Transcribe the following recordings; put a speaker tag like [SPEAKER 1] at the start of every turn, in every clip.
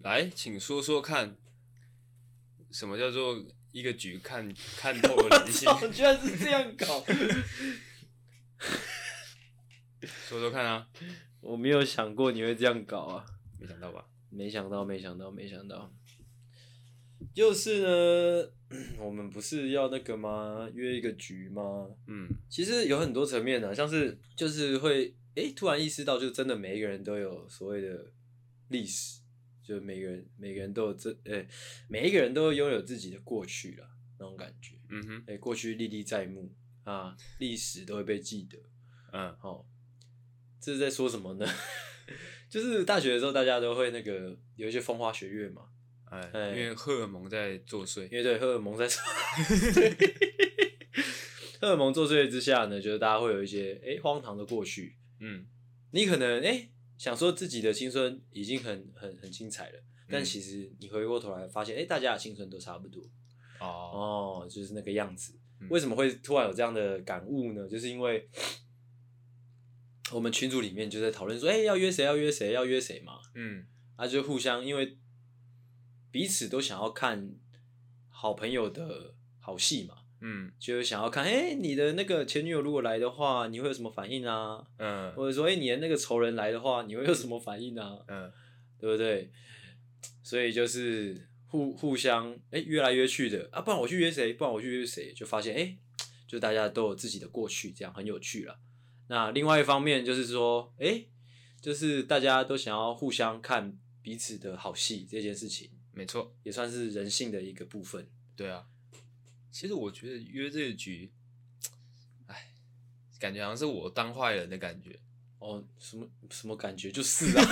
[SPEAKER 1] 来，请说说看，什么叫做一个局看看透了人性？
[SPEAKER 2] 操，居然是这样搞！
[SPEAKER 1] 说说看啊，
[SPEAKER 2] 我没有想过你会这样搞啊！
[SPEAKER 1] 没想到吧？
[SPEAKER 2] 没想到，没想到，没想到。就是呢， 我们不是要那个吗？约一个局吗？
[SPEAKER 1] 嗯，
[SPEAKER 2] 其实有很多层面的、啊像是就是会诶、突然意识到，就真的每一个人都有所谓的历史，就每个人每个人都有这呃、每一个人都拥有自己的过去了那种感觉，
[SPEAKER 1] 嗯哼，
[SPEAKER 2] 诶、过去历历在目啊，历史都会被记得。
[SPEAKER 1] 嗯
[SPEAKER 2] 哦，这是在说什么呢？ 就是大学的时候，大家都会那个有一些风花雪月嘛，
[SPEAKER 1] 哎，
[SPEAKER 2] 哎
[SPEAKER 1] 因为荷尔蒙在作祟。
[SPEAKER 2] 因为对荷尔蒙在 荷尔蒙作祟之下呢，就是大家会有一些哎、诶荒唐的过去。
[SPEAKER 1] 嗯
[SPEAKER 2] 你可能哎、诶想说自己的青春已经很很很精彩了，但
[SPEAKER 1] 嗯
[SPEAKER 2] 其实你回过头来发现，哎、大家的青春都差不多
[SPEAKER 1] 哦，
[SPEAKER 2] 哦，就是那个样子。
[SPEAKER 1] 嗯
[SPEAKER 2] 为什么会突然有这样的感悟呢？就是因为我们群组里面就在讨论说，哎、要约谁？要约谁？要约谁嘛？
[SPEAKER 1] 嗯
[SPEAKER 2] 啊，就互相因为彼此都想要看好朋友的好戏嘛，
[SPEAKER 1] 嗯
[SPEAKER 2] 就是想要看，哎、你的那个前女友如果来的话，你会有什么反应啊？
[SPEAKER 1] 嗯
[SPEAKER 2] 或者说，哎、你的那个仇人来的话，你会有什么反应啊？
[SPEAKER 1] 嗯
[SPEAKER 2] 对不对？所以就是互互相哎、约来约去的啊，不然我去约谁，不然我去约谁，就发现哎、就大家都有自己的过去，这样很有趣了。那另外一方面就是说，哎、就是大家都想要互相看彼此的好戏这件事情，
[SPEAKER 1] 没错，
[SPEAKER 2] 也算是人性的一个部分。
[SPEAKER 1] 对啊。其实我觉得约这个局，哎，感觉好像是我当坏人的感觉。
[SPEAKER 2] 哦，什么什么感觉就是啊，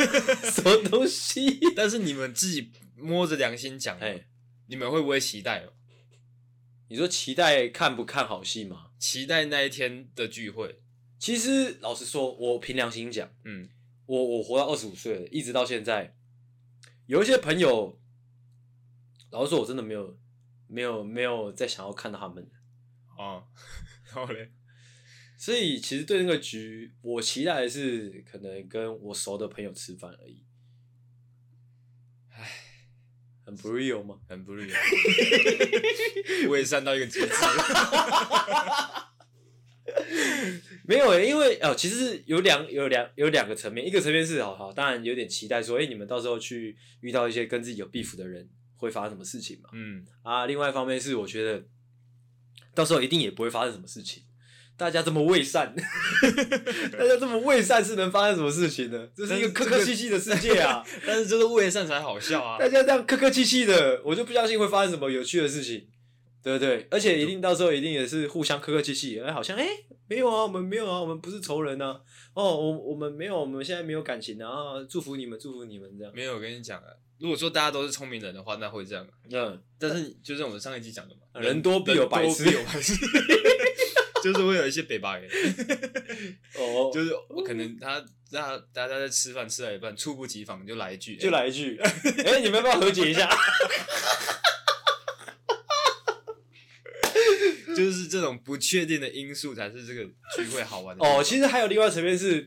[SPEAKER 2] 什么东西？
[SPEAKER 1] 但是你们自己摸着良心讲，
[SPEAKER 2] 哎，
[SPEAKER 1] 你们会不会期待哦？
[SPEAKER 2] 你说期待看不看好戏吗？
[SPEAKER 1] 期待那一天的聚会？
[SPEAKER 2] 其实老实说，我凭良心讲。
[SPEAKER 1] 嗯
[SPEAKER 2] 我我活到二十五岁了，一直到现在，有一些朋友，老实说，我真的没有没有没有再想要看到他们，
[SPEAKER 1] 哦， 然后嘞，
[SPEAKER 2] 所以其实对那个局，我期待的是可能跟我熟的朋友吃饭而已。唉，很不 real 吗？
[SPEAKER 1] 很不利啊。 我也删到一个极致。
[SPEAKER 2] 没有诶、因为哦，其实有两有两有两个层面，一个层面是好好，当然有点期待说，诶、你们到时候去遇到一些跟自己有 beef 的人，会发生什么事情嘛？
[SPEAKER 1] 嗯
[SPEAKER 2] 啊，另外一方面是我觉得到时候一定也不会发生什么事情。大家这么伪善， 大家这么伪善是能发生什么事情呢？这是一个客
[SPEAKER 1] 但是这个
[SPEAKER 2] 客气气的世界啊！
[SPEAKER 1] 但是就是为了善 才好笑啊
[SPEAKER 2] 大。家这样客客气气的，我就不相信会发生什么有趣的事情，对不对？而且一定到时候一定也是互相客客气气，哎，好像哎、没有啊，我们没有啊，我们不是仇人啊，哦，我我们没有，我们现在没有感情啊，啊祝福你们，祝福你们这样。
[SPEAKER 1] 没有，我跟你讲啊，如果说大家都是聪明人的话，那会这样啊。
[SPEAKER 2] 嗯，
[SPEAKER 1] 但是就是我们上一集讲的嘛，
[SPEAKER 2] 呃人多必有白痴
[SPEAKER 1] 人多必有白痴， 就是会有一些北巴人，
[SPEAKER 2] 哦，
[SPEAKER 1] 就是我可能他那大家在吃饭吃到一半，猝不及防就来一句，
[SPEAKER 2] 就来一句， 哎、你们要不要和解一下？
[SPEAKER 1] 欸就是这种不确定的因素才是这个聚会好玩的地方
[SPEAKER 2] 哦，其实还有另外一层面是，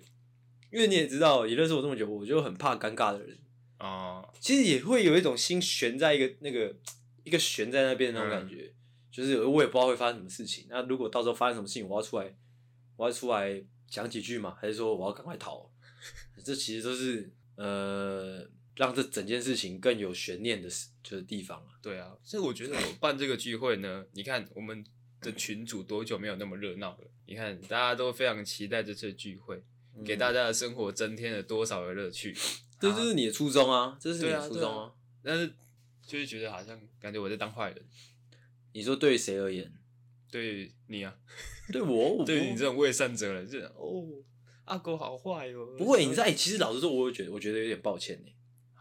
[SPEAKER 2] 因为你也知道，也认识我这么久，我就很怕尴尬的人。
[SPEAKER 1] 哦，
[SPEAKER 2] 其实也会有一种心悬在一个那个一个悬在那边的那种感觉，
[SPEAKER 1] 嗯
[SPEAKER 2] 就是我也不知道会发生什么事情。那如果到时候发生什么事情，我要出来，我要出来讲几句嘛，还是说我要赶快逃？这其实都是呃，让这整件事情更有悬念的事，就是地方了。
[SPEAKER 1] 对啊，所以我觉得我办这个聚会呢，你看我们的群组多久没有那么热闹了？你看大家都非常期待这次聚会，嗯给大
[SPEAKER 2] 家，
[SPEAKER 1] 家的生活增添了多少的乐趣。
[SPEAKER 2] 这就是你的初衷啊，这是你
[SPEAKER 1] 对
[SPEAKER 2] 的
[SPEAKER 1] 啊
[SPEAKER 2] 初
[SPEAKER 1] 对
[SPEAKER 2] 衷
[SPEAKER 1] 啊但是就是觉得好像感觉我在当坏人，
[SPEAKER 2] 你说对谁而言？
[SPEAKER 1] 对于你啊，
[SPEAKER 2] 对我，我
[SPEAKER 1] 对于
[SPEAKER 2] 不
[SPEAKER 1] 你这种为善者人，就是哦，阿狗好坏哦。
[SPEAKER 2] 不会，你知道？哎、其实老实说，我有觉得我觉得有点抱歉呢、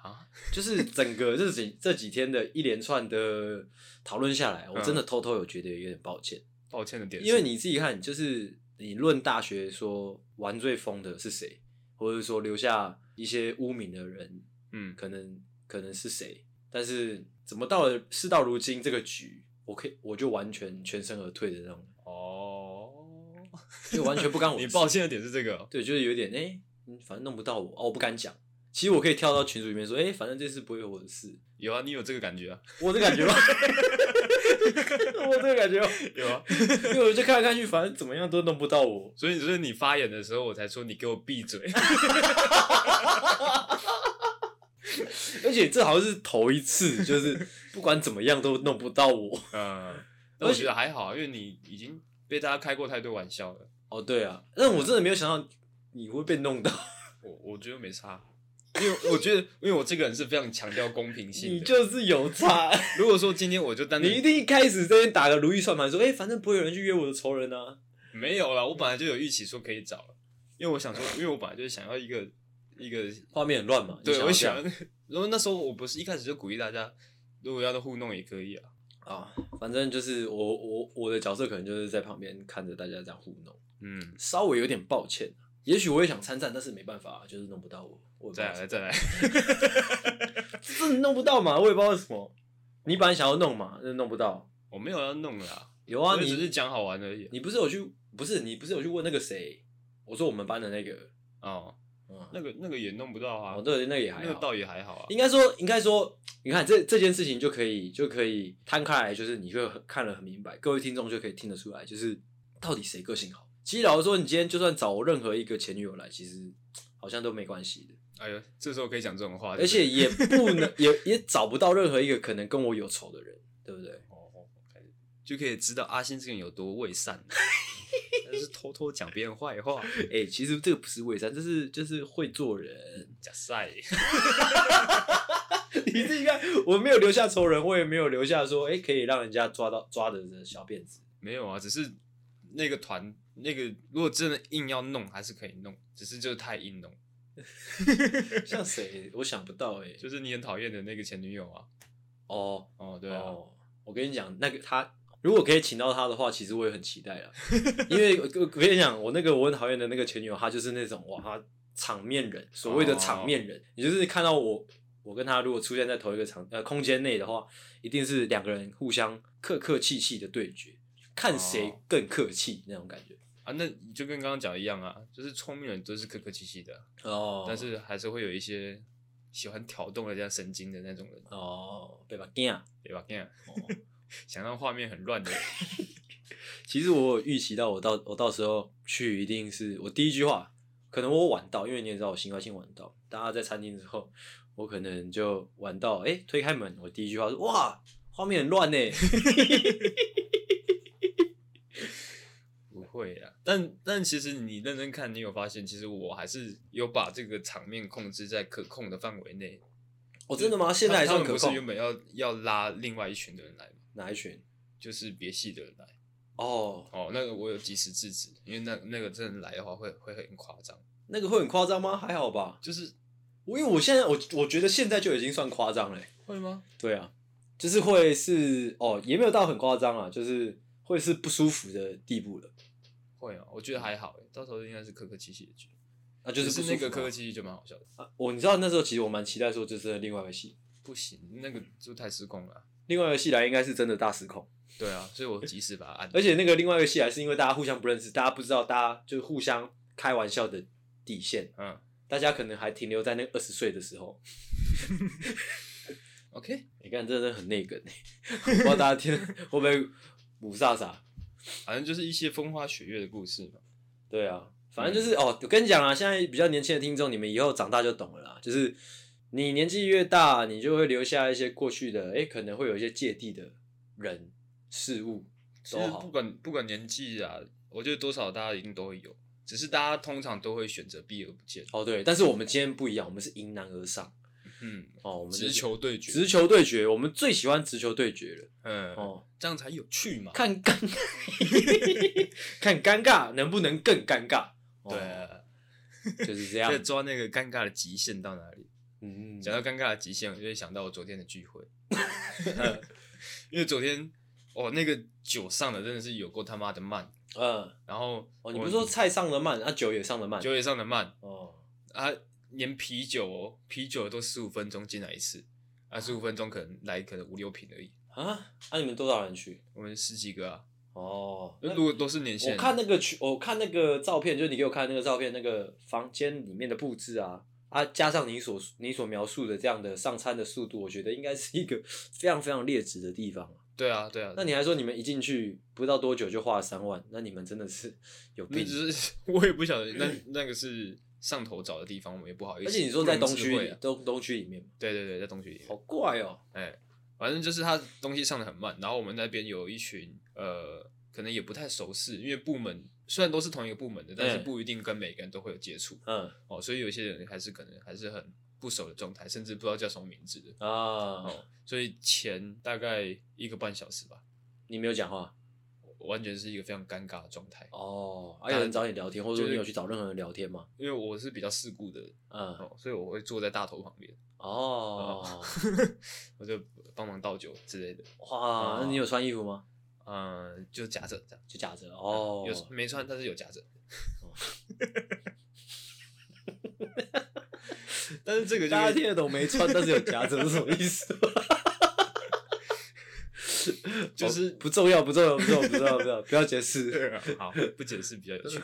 [SPEAKER 1] 啊？
[SPEAKER 2] 就是整个这几这几天的一连串的讨论下来，我真的偷偷有觉得有点抱歉，
[SPEAKER 1] 抱歉的嗯点是，
[SPEAKER 2] 因为你自己看，就是你论大学说玩最疯的是谁，或者说留下一些污名的人，
[SPEAKER 1] 嗯
[SPEAKER 2] 可能可能是谁，但是怎么到了事到如今这个局，我可以我就完全全身而退的那种，
[SPEAKER 1] 哦，
[SPEAKER 2] 就完全不干我的
[SPEAKER 1] 你
[SPEAKER 2] 事
[SPEAKER 1] 抱歉的点是这个哦、
[SPEAKER 2] 对，就是有点哎、嗯反正弄不到我哦，我不敢讲，其实我可以跳到群组里面说，哎、反正这次不会有我的事，
[SPEAKER 1] 有啊，你有这个感觉啊？
[SPEAKER 2] 我有这感觉吗？ 我有这个感觉吗，
[SPEAKER 1] 有啊，
[SPEAKER 2] 因为我就看来看去，反正怎么样都弄不到我。
[SPEAKER 1] 所以所以你发言的时候，我才说你给我闭 嘴。
[SPEAKER 2] 而且这好像是头一次，就是不管怎么样都弄不到我。
[SPEAKER 1] 嗯，但我觉得还好啊，因为你已经被大家开过太多玩笑了。
[SPEAKER 2] 哦，对啊，但我真的没有想到你会被弄到，
[SPEAKER 1] 我我觉得没差，因为我觉得，因为我这个人是非常强调公平 性
[SPEAKER 2] 你
[SPEAKER 1] 的。
[SPEAKER 2] 就是有差。
[SPEAKER 1] 如果说今天我就单
[SPEAKER 2] 你
[SPEAKER 1] 纯
[SPEAKER 2] 一定一开始在那边打个如意算盘，说，哎、反正不会有人去约我的仇人啊。
[SPEAKER 1] 没有啦，我本来就有预期说可以找了，因为我想说，因为我本来就是想要一个一个，
[SPEAKER 2] 画面很乱嘛，
[SPEAKER 1] 对，我
[SPEAKER 2] 你
[SPEAKER 1] 想
[SPEAKER 2] 要这样，
[SPEAKER 1] 然后那时候我不是一开始就鼓励大家，如果要互弄也可以啊，
[SPEAKER 2] 啊，反正就是我我我的角色可能就是在旁边看着大家这样互弄，
[SPEAKER 1] 嗯，
[SPEAKER 2] 稍微有点抱歉。也许我也想参战，但是没办法，啊就是弄不到我，我也不知道
[SPEAKER 1] 再来再来，
[SPEAKER 2] 真的弄不到嘛，我也不知道为什么。你本来想要弄嘛，但是弄不到。
[SPEAKER 1] 我没有要弄啦，
[SPEAKER 2] 有啊，
[SPEAKER 1] 我也只
[SPEAKER 2] 你
[SPEAKER 1] 是讲好玩而已啊。
[SPEAKER 2] 你不是有去，不是你不是有去问那个谁？我说我们班的那个，
[SPEAKER 1] 哦，
[SPEAKER 2] 嗯，
[SPEAKER 1] 那个那个也弄不到啊
[SPEAKER 2] 哦，，对，那个也还
[SPEAKER 1] 那个
[SPEAKER 2] 好。
[SPEAKER 1] 倒也还好啊，
[SPEAKER 2] 应该说，应该说，你看这这件事情就可以就可以摊开来，就是你会很看得很明白，各位听众就可以听得出来，就是到底谁个性好。其实老实说，你今天就算找任何一个前女友来，其实好像都没关系的，
[SPEAKER 1] 哎呦，这时候可以讲这种话，
[SPEAKER 2] 而且也不能也也找不到任何一个可能跟我有仇的人，对不对？
[SPEAKER 1] 哦，开始就可以知道阿星这个人有多伪善， 但是偷偷讲别人坏话，
[SPEAKER 2] 哎、其实这个不是伪善，这是就是会 做人。
[SPEAKER 1] 假赛。
[SPEAKER 2] 你自己看，我没有留下仇人，我也没有留下说哎、可以让人家抓到抓的这小辫子。
[SPEAKER 1] 没有啊，只是那个团那个，如果真的硬要弄，还是可以弄，只是就是太硬弄，
[SPEAKER 2] 像谁？我想不到哎、
[SPEAKER 1] 就是你很讨厌的那个前女友啊。
[SPEAKER 2] 哦，
[SPEAKER 1] 哦，对啊，
[SPEAKER 2] 哦，我跟你讲，那个他如果可以请到他的话，其实我也很期待 了，因为我我跟你讲，我那个我很讨厌的那个前女友，她就是那种哇，她场面人，所
[SPEAKER 1] 哦
[SPEAKER 2] 谓的场面人，也就是看到我。我跟她如果出现在同一个场呃空间内的话，一定是两个人互相客客气气的对决，看谁
[SPEAKER 1] 哦
[SPEAKER 2] 更客气那种感觉。
[SPEAKER 1] 啊，那就跟刚刚讲的一样啊，就是聪明人都是客客气气的啊，
[SPEAKER 2] 哦
[SPEAKER 1] 但是还是会有一些喜欢挑动人家神经的那种人，
[SPEAKER 2] 哦，对吧？惊啊！
[SPEAKER 1] 对吧？这样
[SPEAKER 2] 哦
[SPEAKER 1] 想让画面很乱的人，
[SPEAKER 2] 其实我有预期到，我到我到时候去一定是我第一句话，可能我晚到，因为你也知道我习惯性晚到。大家在餐厅之后，我可能就晚到，哎、推开门，我第一句话是哇，画面很乱呢。
[SPEAKER 1] 不会啊。但但其实你认真看，你有发现，其实我还是有把这个场面控制在可控的范围内。
[SPEAKER 2] 哦，真 的吗？现在还
[SPEAKER 1] 他
[SPEAKER 2] 算
[SPEAKER 1] 们
[SPEAKER 2] 可
[SPEAKER 1] 不是原
[SPEAKER 2] 控？
[SPEAKER 1] 本要要拉另外一群的人来吗？
[SPEAKER 2] 哪一群？
[SPEAKER 1] 就是别系的人来。
[SPEAKER 2] 哦，
[SPEAKER 1] 哦，那个我有及时制止，因为那那个真的来的话会会很夸张，
[SPEAKER 2] 那个会很夸张吗？还好吧。
[SPEAKER 1] 就是
[SPEAKER 2] 我因为我现在我我觉得现在就已经算夸张了欸。
[SPEAKER 1] 会吗？
[SPEAKER 2] 对啊，就是会是哦，也没有到很夸张啊，就是会是不舒服的地步了。
[SPEAKER 1] 会啊，我觉得还好欸，到时候应该是客客气气的去，
[SPEAKER 2] 那就是
[SPEAKER 1] 只
[SPEAKER 2] 不
[SPEAKER 1] 是
[SPEAKER 2] 舒
[SPEAKER 1] 那
[SPEAKER 2] 服
[SPEAKER 1] 个客
[SPEAKER 2] 嘛
[SPEAKER 1] 客气气就蛮好笑的。
[SPEAKER 2] 啊，我你知道那时候其实我蛮期待说，就是另外一个戏，
[SPEAKER 1] 不行，那个就太失控了啊。
[SPEAKER 2] 另外一个戏来应该是真的大失控，
[SPEAKER 1] 对啊，所以我及时把它按。
[SPEAKER 2] 而且那个另外一个戏来是因为大家互相不认识，大家不知道大家就是互相开玩笑的底线，
[SPEAKER 1] 嗯
[SPEAKER 2] 大家可能还停留在那二十岁的时候。
[SPEAKER 1] ，OK
[SPEAKER 2] 你看，真的很内梗，不知道大家听会不会五煞煞？
[SPEAKER 1] 反正就是一些风花雪月的故事嘛。
[SPEAKER 2] 对啊，反正就是、哦，我跟你讲啊，现在比较年轻的听众，你们以后长大就懂了啦。就是你年纪越大，你就会留下一些过去的，哎、可能会有一些芥蒂的人事物
[SPEAKER 1] 其
[SPEAKER 2] 都
[SPEAKER 1] 实
[SPEAKER 2] 好
[SPEAKER 1] 不。管不管年纪啊，我觉得多少大家一定都会有，只是大家通常都会选择避而不见。
[SPEAKER 2] 哦，对，但是我们今天不一样，我们是迎难而上
[SPEAKER 1] 嗯，
[SPEAKER 2] 哦，我们就是
[SPEAKER 1] 直球对决，
[SPEAKER 2] 直球对决，我们最喜欢直球对决了
[SPEAKER 1] 嗯，
[SPEAKER 2] 哦，
[SPEAKER 1] 这样才有趣嘛。
[SPEAKER 2] 看尴 看尴尬能不能更尴尬，
[SPEAKER 1] 对
[SPEAKER 2] 哦，
[SPEAKER 1] 啊，
[SPEAKER 2] 就是这样
[SPEAKER 1] 在。抓那个尴尬的极限到哪里。
[SPEAKER 2] 嗯，
[SPEAKER 1] 讲到尴尬的极限，我就会想到我昨天的聚 会， 因为昨天哦那个酒上的真的是有够他妈的慢，
[SPEAKER 2] 嗯，
[SPEAKER 1] 然后
[SPEAKER 2] 哦，你不是说菜上的慢，啊，酒也上的慢，
[SPEAKER 1] 酒也上的慢
[SPEAKER 2] 哦。
[SPEAKER 1] 啊，连啤酒哦，啤酒都十五分钟进来一次，啊十五分钟可能来可能五六瓶而已，
[SPEAKER 2] 啊，那、你们多少人去？
[SPEAKER 1] 我们十几个啊，
[SPEAKER 2] 哦，那
[SPEAKER 1] 如果都是年限，
[SPEAKER 2] 我看那个去，我看那个照片，就是你给我看那个照片，那个房间里面的布置啊，啊，加上你所你所描述的这样的上餐的速度，我觉得应该是一个非常非常劣质的地方。
[SPEAKER 1] 对啊，对啊，
[SPEAKER 2] 那你还说你们一进去不到多久就花了三万，那你们真 的是有
[SPEAKER 1] 你
[SPEAKER 2] 病。
[SPEAKER 1] 只是 我也不晓得，那那个是上头找的地方，我们也不好意思。
[SPEAKER 2] 嗯而且你说在
[SPEAKER 1] 不
[SPEAKER 2] 东
[SPEAKER 1] 容置
[SPEAKER 2] 区
[SPEAKER 1] 喙
[SPEAKER 2] 里，
[SPEAKER 1] 啊，
[SPEAKER 2] 东东区里面，
[SPEAKER 1] 对对对，在东区里面，
[SPEAKER 2] 好怪哦、
[SPEAKER 1] 哎，反正就是他东西上的很慢，然后我们那边有一群呃，可能也不太熟识，因为部门虽然都是同一个部门的，但是
[SPEAKER 2] 嗯
[SPEAKER 1] 不一定跟每个人都会有接触
[SPEAKER 2] 嗯
[SPEAKER 1] 哦，所以有一些人还是可能还是很不熟的状态，甚至不知道叫什么名字的。
[SPEAKER 2] 啊，
[SPEAKER 1] 哦，所以前大概一个半小时吧，
[SPEAKER 2] 你没有讲话
[SPEAKER 1] 完全是一个非常尴尬的状态，
[SPEAKER 2] 哦，还、有人找你聊天，或者说
[SPEAKER 1] 就是
[SPEAKER 2] 你有去找任何人聊天吗？
[SPEAKER 1] 因为我是比较世故的人
[SPEAKER 2] 嗯，
[SPEAKER 1] 哦，所以我会坐在大头旁边，
[SPEAKER 2] 哦，
[SPEAKER 1] 我就帮忙倒酒之类的， 啊
[SPEAKER 2] 哇，那你有穿衣服吗？
[SPEAKER 1] 嗯、就夹着这样。
[SPEAKER 2] 就假着哦，
[SPEAKER 1] 啊有没穿，但是有夹着。 但是这个就
[SPEAKER 2] 大家听
[SPEAKER 1] 跟
[SPEAKER 2] 得懂没穿，但是有夹着是什么意思？
[SPEAKER 1] 就是啊
[SPEAKER 2] 哦不重要，不重要，不重要，不重要，不重要，不要解释，
[SPEAKER 1] 好不解释比较有趣。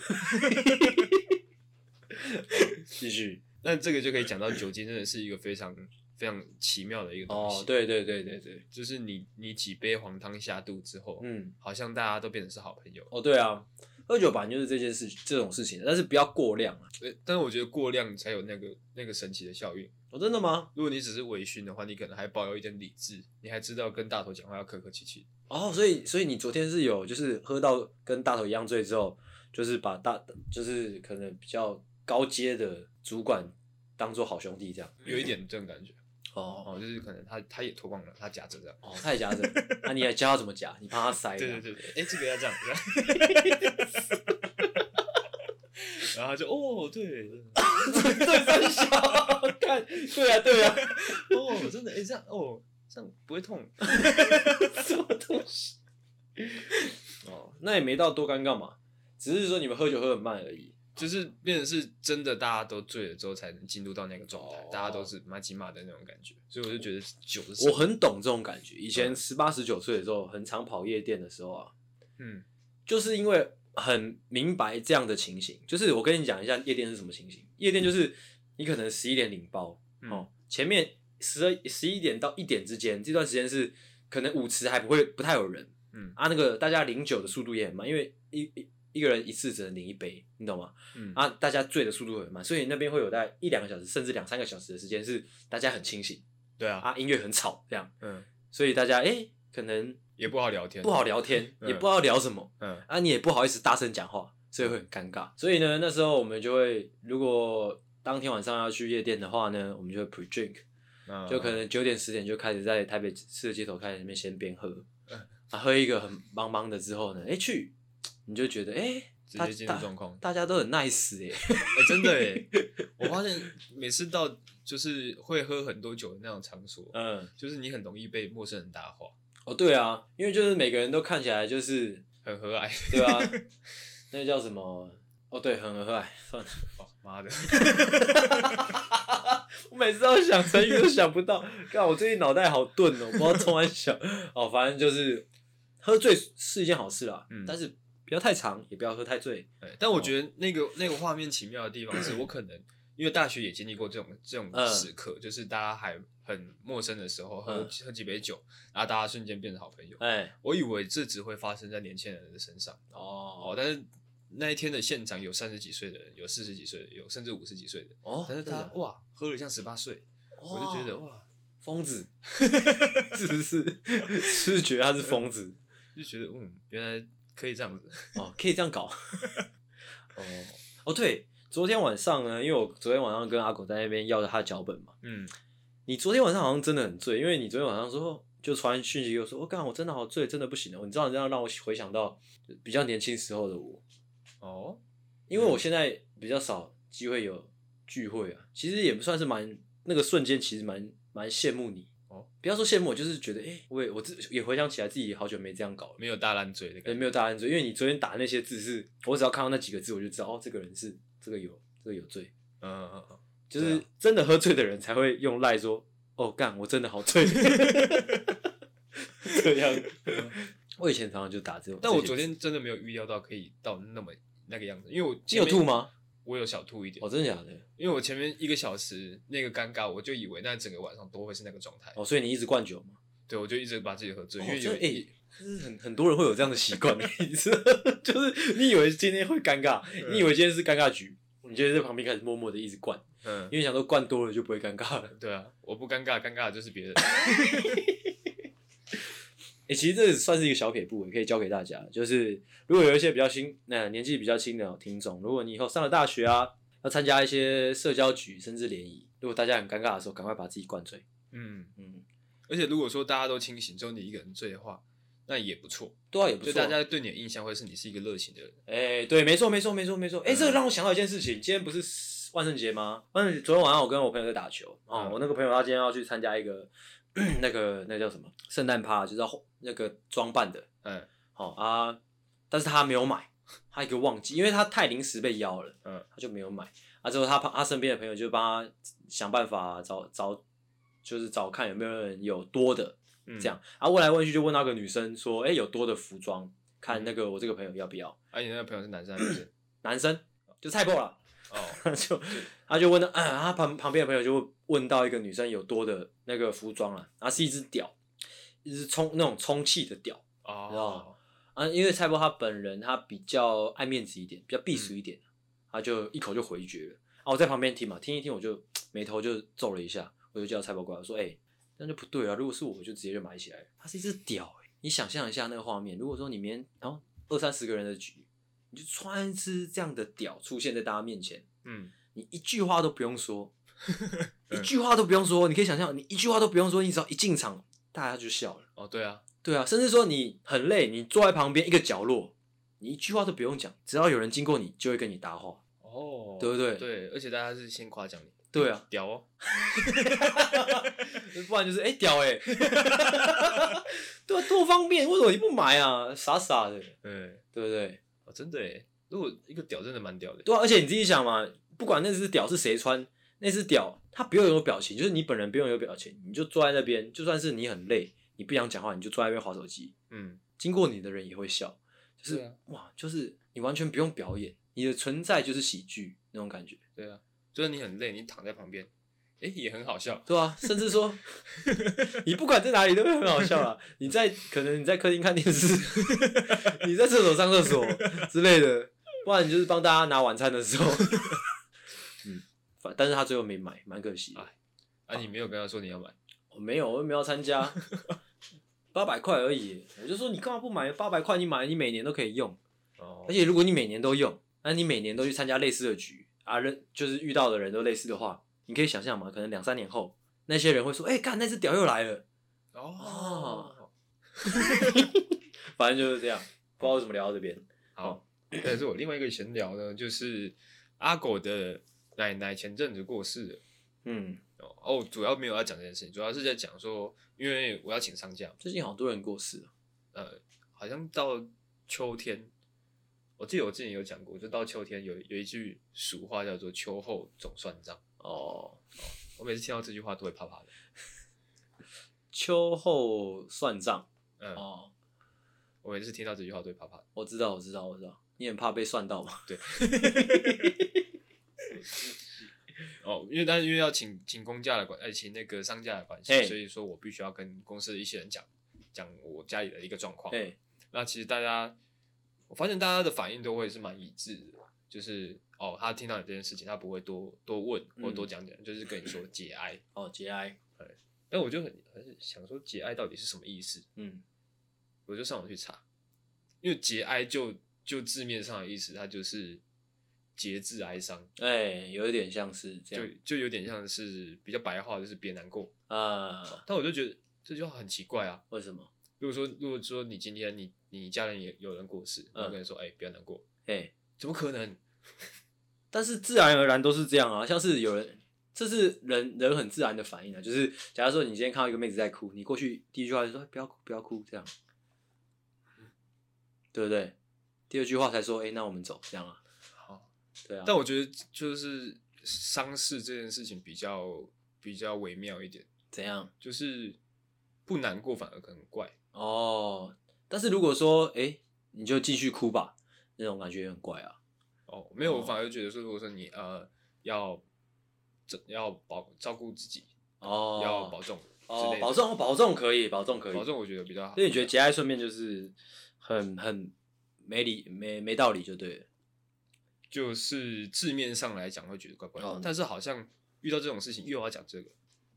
[SPEAKER 2] 继 续。
[SPEAKER 1] 但这个就可以讲到酒精真的是一个非常非常奇妙的一个东西。
[SPEAKER 2] 哦，，对对对对对，
[SPEAKER 1] 就是你你几杯黄汤下肚之后，
[SPEAKER 2] 嗯，
[SPEAKER 1] 好像大家都变成是好朋友。
[SPEAKER 2] 哦对啊，喝酒本来就是这件事这种事情，但是不要过量啊。
[SPEAKER 1] 呃但是我觉得过量才有那个那个神奇的效应。
[SPEAKER 2] 哦，真的吗？
[SPEAKER 1] 如果你只是微醺的话，你可能还保有一点理智，你还知道跟大头讲话要客客气气。
[SPEAKER 2] 哦，所以所以你昨天是有就是喝到跟大头一样醉之后，就是把大就是可能比较高阶的主管当做好兄弟这样。
[SPEAKER 1] 有一点这种感觉。
[SPEAKER 2] 哦
[SPEAKER 1] 哦，就是可能他他也脱光了，他夹着这样。
[SPEAKER 2] 哦，太夹着，那、你还教他怎么夹？你怕他塞的？
[SPEAKER 1] 对对对对，哎、这个要这样。这样 然后他就哦，对，
[SPEAKER 2] 对，三小，看，对 啊对啊，
[SPEAKER 1] 哦，真的，哎、这样哦，这样不会痛。
[SPEAKER 2] 什么东西？哦，那也没到多尴尬嘛，只是说你们喝酒喝很慢而已。
[SPEAKER 1] 就是变成是真的，大家都醉了之后才能进入到那个状态，
[SPEAKER 2] 哦
[SPEAKER 1] 大家都是麻吉麻的那种感觉，所以我就觉得酒是
[SPEAKER 2] 我很懂这种感觉。以前
[SPEAKER 1] 嗯
[SPEAKER 2] 十八十九岁的时候，很常跑夜店的时候啊，
[SPEAKER 1] 嗯
[SPEAKER 2] 就是因为很明白这样的情形。就是我跟你讲一下夜店是什么情形。夜店就是你可能十一点领包、
[SPEAKER 1] 嗯
[SPEAKER 2] 哦，前面十二十一点到一点之间这段时间是可能舞池还不会不太有人
[SPEAKER 1] 嗯
[SPEAKER 2] 啊，那个大家领酒的速度也很慢，因为一一一个人一次只能领一杯，你懂吗？
[SPEAKER 1] 嗯
[SPEAKER 2] 啊，大家醉的速度很慢，所以那边会有大概一两个小时，甚至两三个小时的时间是大家很清醒
[SPEAKER 1] 对啊，
[SPEAKER 2] 啊，音乐很吵这样，
[SPEAKER 1] 嗯，
[SPEAKER 2] 所以大家哎、诶可能
[SPEAKER 1] 也不好聊天，
[SPEAKER 2] 不好，聊天，
[SPEAKER 1] 嗯
[SPEAKER 2] 也不知道聊什么
[SPEAKER 1] 嗯
[SPEAKER 2] 啊，你也不好意思大声讲话，所以会很尴尬。所以呢，那时候我们就会，如果当天晚上要去夜店的话呢，我们就会 pre drink，
[SPEAKER 1] 嗯
[SPEAKER 2] 就可能九点十点就开始在台北市的街头开始那边先边喝，
[SPEAKER 1] 嗯
[SPEAKER 2] 啊，喝一个很茫茫的之后呢，哎、去，你就觉得哎。诶
[SPEAKER 1] 直
[SPEAKER 2] 大
[SPEAKER 1] 接进入
[SPEAKER 2] 大
[SPEAKER 1] 状况。
[SPEAKER 2] 大家都很 nice 哎、
[SPEAKER 1] 哎、真的 哎，我发现每次到就是会喝很多酒的那种场所，
[SPEAKER 2] 嗯，
[SPEAKER 1] 就是你很容易被陌生人搭话，
[SPEAKER 2] 哦对啊，因为就是每个人都看起来就是，
[SPEAKER 1] 很和蔼。
[SPEAKER 2] 对啊，那叫什么？哦对，很和蔼，算了，
[SPEAKER 1] 哦妈的，
[SPEAKER 2] 我每次都想成语都想不到，看我最近脑袋好钝哦，我不知道从哪想。 哦，反正就是喝醉是一件好事啦，
[SPEAKER 1] 嗯
[SPEAKER 2] 但是不要太长，也不要喝太醉。
[SPEAKER 1] 对哎但我觉得那个那个画面奇妙的地方是我可能因为大学也经历过这种这种
[SPEAKER 2] 嗯
[SPEAKER 1] 时刻，就是大家还很陌生的时候喝、
[SPEAKER 2] 嗯
[SPEAKER 1] 喝几杯酒，然后大家瞬间变成好朋友。
[SPEAKER 2] 哎、
[SPEAKER 1] 我以为这只会发生在年轻人的身上
[SPEAKER 2] 哦
[SPEAKER 1] 哦，但是那一天的现场有三十几岁的人，有四十几岁的，有甚至五十几岁的，
[SPEAKER 2] 哦
[SPEAKER 1] 但是他、
[SPEAKER 2] 真的哦
[SPEAKER 1] 哇喝了像十八岁，我就觉得
[SPEAKER 2] 哇
[SPEAKER 1] 哇
[SPEAKER 2] 疯子， 是不是？是不是觉得他是疯子？
[SPEAKER 1] 就觉得嗯原来可以这样子，
[SPEAKER 2] 哦，可以这样搞。哦哦，对，昨天晚上呢，因为我昨天晚上跟阿狗在那边要了他的脚本嘛。
[SPEAKER 1] 嗯
[SPEAKER 2] 你昨天晚上好像真的很醉，因为你昨天晚上说就传讯息给我说，我、哦干我真的好醉，真的不行了。你知道你这样让我回想到比较年轻时候的我，
[SPEAKER 1] 哦
[SPEAKER 2] 因为我现在比较少机会有聚会啊，其实也不算是蛮那个瞬间，其实蛮蛮羡慕你
[SPEAKER 1] 哦。
[SPEAKER 2] 不要说羡慕我，就是觉得哎、诶我也我自也回想起来自己好久没这样搞了。
[SPEAKER 1] 没有大烂嘴的
[SPEAKER 2] 也
[SPEAKER 1] 感觉，
[SPEAKER 2] 没有大安罪，因为你昨天打那些字是，我只要看到那几个字，我就知道哦，这个人是这个有这个有罪，
[SPEAKER 1] 嗯嗯嗯
[SPEAKER 2] 就
[SPEAKER 1] 对
[SPEAKER 2] 是
[SPEAKER 1] 啊
[SPEAKER 2] 真的喝醉的人才会用赖说，哦干，我真的 好醉，这样。 我以前常常就打这种，
[SPEAKER 1] 但我
[SPEAKER 2] 这些
[SPEAKER 1] 昨天真的没有预料到可以到那么那个样子，因为我
[SPEAKER 2] 你
[SPEAKER 1] 前
[SPEAKER 2] 有
[SPEAKER 1] 面
[SPEAKER 2] 吐吗？
[SPEAKER 1] 我有小吐一点
[SPEAKER 2] 哦，，真的假的？
[SPEAKER 1] 因为我前面一个小时那个尴尬，我就以为那整个晚上都会是那个状态，
[SPEAKER 2] 哦，所以你一直灌酒嘛？
[SPEAKER 1] 对我就一直把自己喝醉，
[SPEAKER 2] 哦
[SPEAKER 1] 因为
[SPEAKER 2] 这
[SPEAKER 1] 有
[SPEAKER 2] 哎就是很很多人会有这样的 习惯， 你知道，就是你以为今天会尴尬，
[SPEAKER 1] 嗯
[SPEAKER 2] 你以为今天是尴尬局，你就在旁边开始默默的一直灌，
[SPEAKER 1] 嗯，
[SPEAKER 2] 因为想说灌多了就不会尴尬了。
[SPEAKER 1] 对啊，我不尴尬，尴尬的就是别人，
[SPEAKER 2] 哎、其实这算是一个小撇步，也可以教给大家。就是如果有一些比较新、那、年纪比较轻的听众，如果你以后上了大学啊，要参加一些社交局甚至联谊，如果大家很尴尬的时候，赶快把自己灌醉。
[SPEAKER 1] 嗯，
[SPEAKER 2] 嗯，
[SPEAKER 1] 而且如果说大家都清醒，只有你一个人醉的话，那也不错，
[SPEAKER 2] 对啊，也不
[SPEAKER 1] 就
[SPEAKER 2] 错。
[SPEAKER 1] 大家对你的印象会是你是一个热情的人，
[SPEAKER 2] 哎、对，没错，没错，没错，没错。哎、
[SPEAKER 1] 嗯
[SPEAKER 2] 这个让我想到一件事情，今天不是万圣节吗？万圣节昨天晚上我跟我朋友在打球哦，
[SPEAKER 1] 嗯
[SPEAKER 2] 我那个朋友他今天要去参加一个 那个那叫什么圣诞趴，就是要那个装扮的，
[SPEAKER 1] 嗯
[SPEAKER 2] 好、啊，但是他没有买，他一个忘记，因为他太临时被邀了，
[SPEAKER 1] 嗯，
[SPEAKER 2] 他就没有买。啊，之后他他身边的朋友就帮他想办法找找，就是找看有没有人有多的
[SPEAKER 1] 嗯，
[SPEAKER 2] 这样。啊，问来问去就问那个女生说，哎、有多的服装，
[SPEAKER 1] 嗯
[SPEAKER 2] 看那个我这个朋友要不要？
[SPEAKER 1] 啊，你那个朋友是男生还是女 生？
[SPEAKER 2] 男生就菜破 了。
[SPEAKER 1] 哦，
[SPEAKER 2] 就他就问到，啊，他旁旁边的朋友就问问到一个女生有多的那个服装了，啊，是一只屌，一只充那种充气的屌
[SPEAKER 1] 哦，
[SPEAKER 2] 啊，因为蔡波他本人他比较爱面子一点，比较避俗一点，他就一口就回绝了。啊，我在旁边听嘛，听一听我就眉头就皱了一下，我就叫蔡波过来，我说，哎、那就不对啊，如果是我，我就直接就买起来了。它是一只屌、欸，你想象一下那个画面，如果说你明天然后二三十个人的局，你就穿一只这样的屌出现在大家面前。
[SPEAKER 1] 嗯，
[SPEAKER 2] 你一句话都不用说，一
[SPEAKER 1] 嗯
[SPEAKER 2] 句话都不用说，你可以想象，你一句话都不用说，你只要一进场，大家就笑了。
[SPEAKER 1] 哦，对啊，
[SPEAKER 2] 对啊，甚至说你很累，你坐在旁边一个角落，你一句话都不用讲，只要有人经过你，就会跟你搭话。
[SPEAKER 1] 哦，
[SPEAKER 2] 对不对
[SPEAKER 1] 对，而且大家是先夸奖你，
[SPEAKER 2] 对啊，
[SPEAKER 1] 屌哦，
[SPEAKER 2] 不然就是哎、屌哎、 对啊，多方便，为什么你不买啊？傻傻的，
[SPEAKER 1] 对，
[SPEAKER 2] 对不对？
[SPEAKER 1] 哦，真的耶，如果一个屌真的蛮屌的，
[SPEAKER 2] 对啊，而且你自己想嘛，不管那只屌是谁穿，那只屌它不用有表情，就是你本人不用有表情，你就坐在那边，就算是你很累，你不想讲话，你就坐在那边划手机，
[SPEAKER 1] 嗯，
[SPEAKER 2] 经过你的人也会笑，就是、
[SPEAKER 1] 对啊
[SPEAKER 2] 哇，就是你完全不用表演，你的存在就是喜剧那种感觉，
[SPEAKER 1] 对啊，就是你很累，你躺在旁边，哎，也很好笑，
[SPEAKER 2] 对啊，甚 至说你不管在哪里都会很好笑啦。你在可能你在客厅看电视， 你在厕所上厕所之类的，不然你就是帮大家拿晚餐的时 候，嗯，反但是他最后没买，蛮可惜的。
[SPEAKER 1] 哎啊，你没有跟他说你要买，
[SPEAKER 2] 我没有，我又没有 参加，八百块而已。我就说你干嘛不买？八百块你买，你每年都可以用。
[SPEAKER 1] 哦
[SPEAKER 2] 而且如果你每年都用，那你每年都去参加类似的局啊，人就是遇到的人都类似的话，你可以想象嘛，可能两三年后，那些人会说：“哎、干那只屌又来了。啊
[SPEAKER 1] 哦，”
[SPEAKER 2] 反正就是这样，不知道为什么聊到这边。
[SPEAKER 1] 好，但是我另外一个闲聊呢，就是阿狗的奶奶前阵子过世了。
[SPEAKER 2] 嗯，
[SPEAKER 1] 哦，哦，主要没有要讲这件事情，主要是在讲说，因为我要请丧假，
[SPEAKER 2] 最近好多人过世了。
[SPEAKER 1] 呃，好像到秋天，我记得我之前有讲过，就到秋天有有一句俗话叫做“秋后总算账
[SPEAKER 2] 哦，”，
[SPEAKER 1] 我每次听到这句话都会怕怕的。
[SPEAKER 2] 秋后算账。
[SPEAKER 1] 嗯，
[SPEAKER 2] 哦，
[SPEAKER 1] 我每次听到这句话都会怕怕的。
[SPEAKER 2] 我知道，我知道，我知道，你很怕被算 到嘛？
[SPEAKER 1] 哦，因为但是因为要请请公假的关，哎，请那个丧假的关系
[SPEAKER 2] 嘿，
[SPEAKER 1] 所以说我必须要跟公司的一些人讲讲我家里的一个状况。
[SPEAKER 2] 哎、
[SPEAKER 1] 那其实大家，我发现大家的反应都会是蛮一致的，就是哦，他听到你这件事情，他不会多多问或多讲讲，就是跟你说节哀。
[SPEAKER 2] 哦，节哀。
[SPEAKER 1] 但哎我就很很想说节哀到底是什么意思，
[SPEAKER 2] 嗯，
[SPEAKER 1] 我就上网去查，因为节哀就就字面上的意思，它就是节制哀伤，
[SPEAKER 2] 哎、有一点像是这
[SPEAKER 1] 就
[SPEAKER 2] 样
[SPEAKER 1] 就有点像是比较白话，就是别难过。
[SPEAKER 2] 啊、
[SPEAKER 1] 但我就觉得这句话很奇怪啊。
[SPEAKER 2] 为什么？
[SPEAKER 1] 如果说如果说你今天你你家人也有人过世，我
[SPEAKER 2] 嗯
[SPEAKER 1] 跟你说，哎、不要难过，
[SPEAKER 2] 哎、
[SPEAKER 1] 怎么可能？
[SPEAKER 2] 但是自然而然都是这样啊，像是有人，这是人人很自然的反应啊，就是假如说你今天看到一个妹子在哭，你过去第一句话就说哎不要哭不要哭这样，对不对？第二句话才说哎、那我们走这样啊，
[SPEAKER 1] 好。
[SPEAKER 2] 对啊，
[SPEAKER 1] 但我觉得就是丧事这件事情比较比较微妙一点，
[SPEAKER 2] 怎样
[SPEAKER 1] 就是不难过反而很怪。
[SPEAKER 2] 哦？但是如果说哎、你就继续哭吧，那种感觉也很怪啊，
[SPEAKER 1] 哦，没有，我
[SPEAKER 2] 哦
[SPEAKER 1] 反而觉得说，如果说你呃要这要保照顾自己，
[SPEAKER 2] 哦，
[SPEAKER 1] 要保重之
[SPEAKER 2] 哦
[SPEAKER 1] 类，的
[SPEAKER 2] 保重保重可以，保重可以，
[SPEAKER 1] 保重，我觉得比较好。
[SPEAKER 2] 所以你觉得节哀顺变就是很很没理没没道理就对了。
[SPEAKER 1] 就是字面上来讲会觉得怪怪的，
[SPEAKER 2] 哦
[SPEAKER 1] 但是好像遇到这种事情又要讲这个，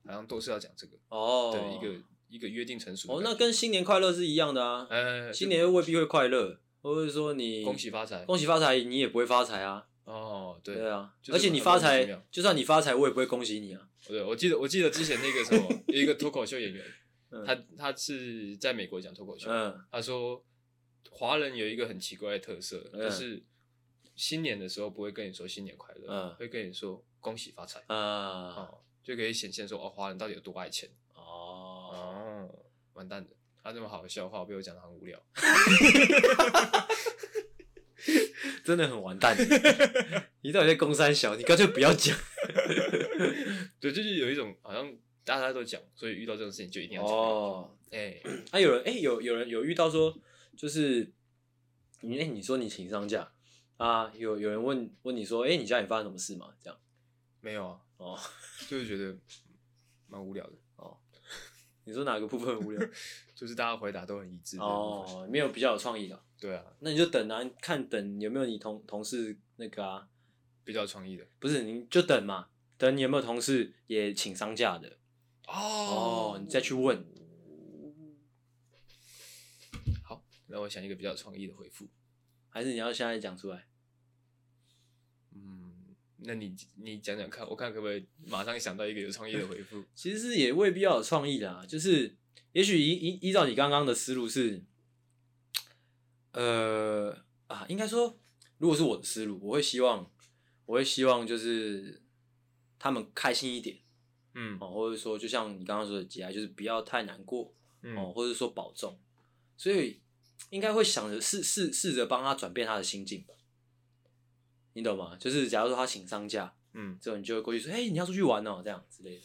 [SPEAKER 1] 好像都是要讲这个
[SPEAKER 2] 哦
[SPEAKER 1] 的一个一个约定成熟的
[SPEAKER 2] 哦，那
[SPEAKER 1] 感觉
[SPEAKER 2] 跟新年快乐是一样的啊。
[SPEAKER 1] 呃
[SPEAKER 2] 新
[SPEAKER 1] 就
[SPEAKER 2] 年未必会快乐，或者说你
[SPEAKER 1] 恭喜发财
[SPEAKER 2] 恭喜发财，你也不会发财啊。
[SPEAKER 1] 哦，对
[SPEAKER 2] 对啊，
[SPEAKER 1] 就是
[SPEAKER 2] 而且你
[SPEAKER 1] 很
[SPEAKER 2] 发
[SPEAKER 1] 莫名其
[SPEAKER 2] 财
[SPEAKER 1] 妙，
[SPEAKER 2] 就算你发财，我也不会恭喜你啊。
[SPEAKER 1] 对，我记得我记得之前那个什 么有一个脱口秀演员，
[SPEAKER 2] 嗯
[SPEAKER 1] 他他是在美国讲脱口秀，
[SPEAKER 2] 嗯，
[SPEAKER 1] 他说华人有一个很奇怪的特色，
[SPEAKER 2] 嗯
[SPEAKER 1] 就是新年的时候不会跟你说新年快乐，
[SPEAKER 2] 嗯
[SPEAKER 1] 会跟你说恭喜发财，
[SPEAKER 2] 啊，
[SPEAKER 1] 哦，就可以显现说哦，华人到底有多爱钱。
[SPEAKER 2] 哦，
[SPEAKER 1] 哦，完蛋的，他这么好的笑话被我讲的很无聊。
[SPEAKER 2] 真的很完蛋。 你到底在攻三小？你干脆不要讲。
[SPEAKER 1] 对，就是有一种好像大家都讲，所以遇到这种事情就一定要讲。
[SPEAKER 2] 哦，
[SPEAKER 1] 哎、
[SPEAKER 2] 啊，有人哎、有有人有遇到说，就是你哎、你说你请丧假啊，有有人问问你说，哎、你家里发生什么事嘛？这样
[SPEAKER 1] 没有啊，
[SPEAKER 2] 哦，
[SPEAKER 1] 就是觉得蛮无聊的，
[SPEAKER 2] 你说哪个部分无聊？
[SPEAKER 1] 就是大家回答都很一致的。，
[SPEAKER 2] 哦，没有比较有创意的，
[SPEAKER 1] 对啊，
[SPEAKER 2] 那你就等啊，看等有没有你同同事那个啊，
[SPEAKER 1] 比较有创意的。
[SPEAKER 2] 不是你就等嘛，等你有没有同事也请丧假的哦，你再去问。
[SPEAKER 1] 好，那我想一个比较有创意的回复。
[SPEAKER 2] 还是你要现在讲出来？
[SPEAKER 1] 嗯，那你你讲讲看，我看可不可以马上想到一个有创意的回复。
[SPEAKER 2] 其实是也未必要有创意的啊，就是也许依依依照你刚刚的思路是，呃啊，应该说，如果是我的思路，我会希望，我会希望就是他们开心一点
[SPEAKER 1] 嗯
[SPEAKER 2] 哦，或者说就像你刚刚说的节哀，就是不要太难过哦，
[SPEAKER 1] 嗯
[SPEAKER 2] 或者说保重，所以应该会想着试试试着帮他转变他的心境吧，你懂吗？就是假如说他请丧假，
[SPEAKER 1] 嗯，
[SPEAKER 2] 之后你就会过去说：“哎、你要出去玩哦，这样之类 的。”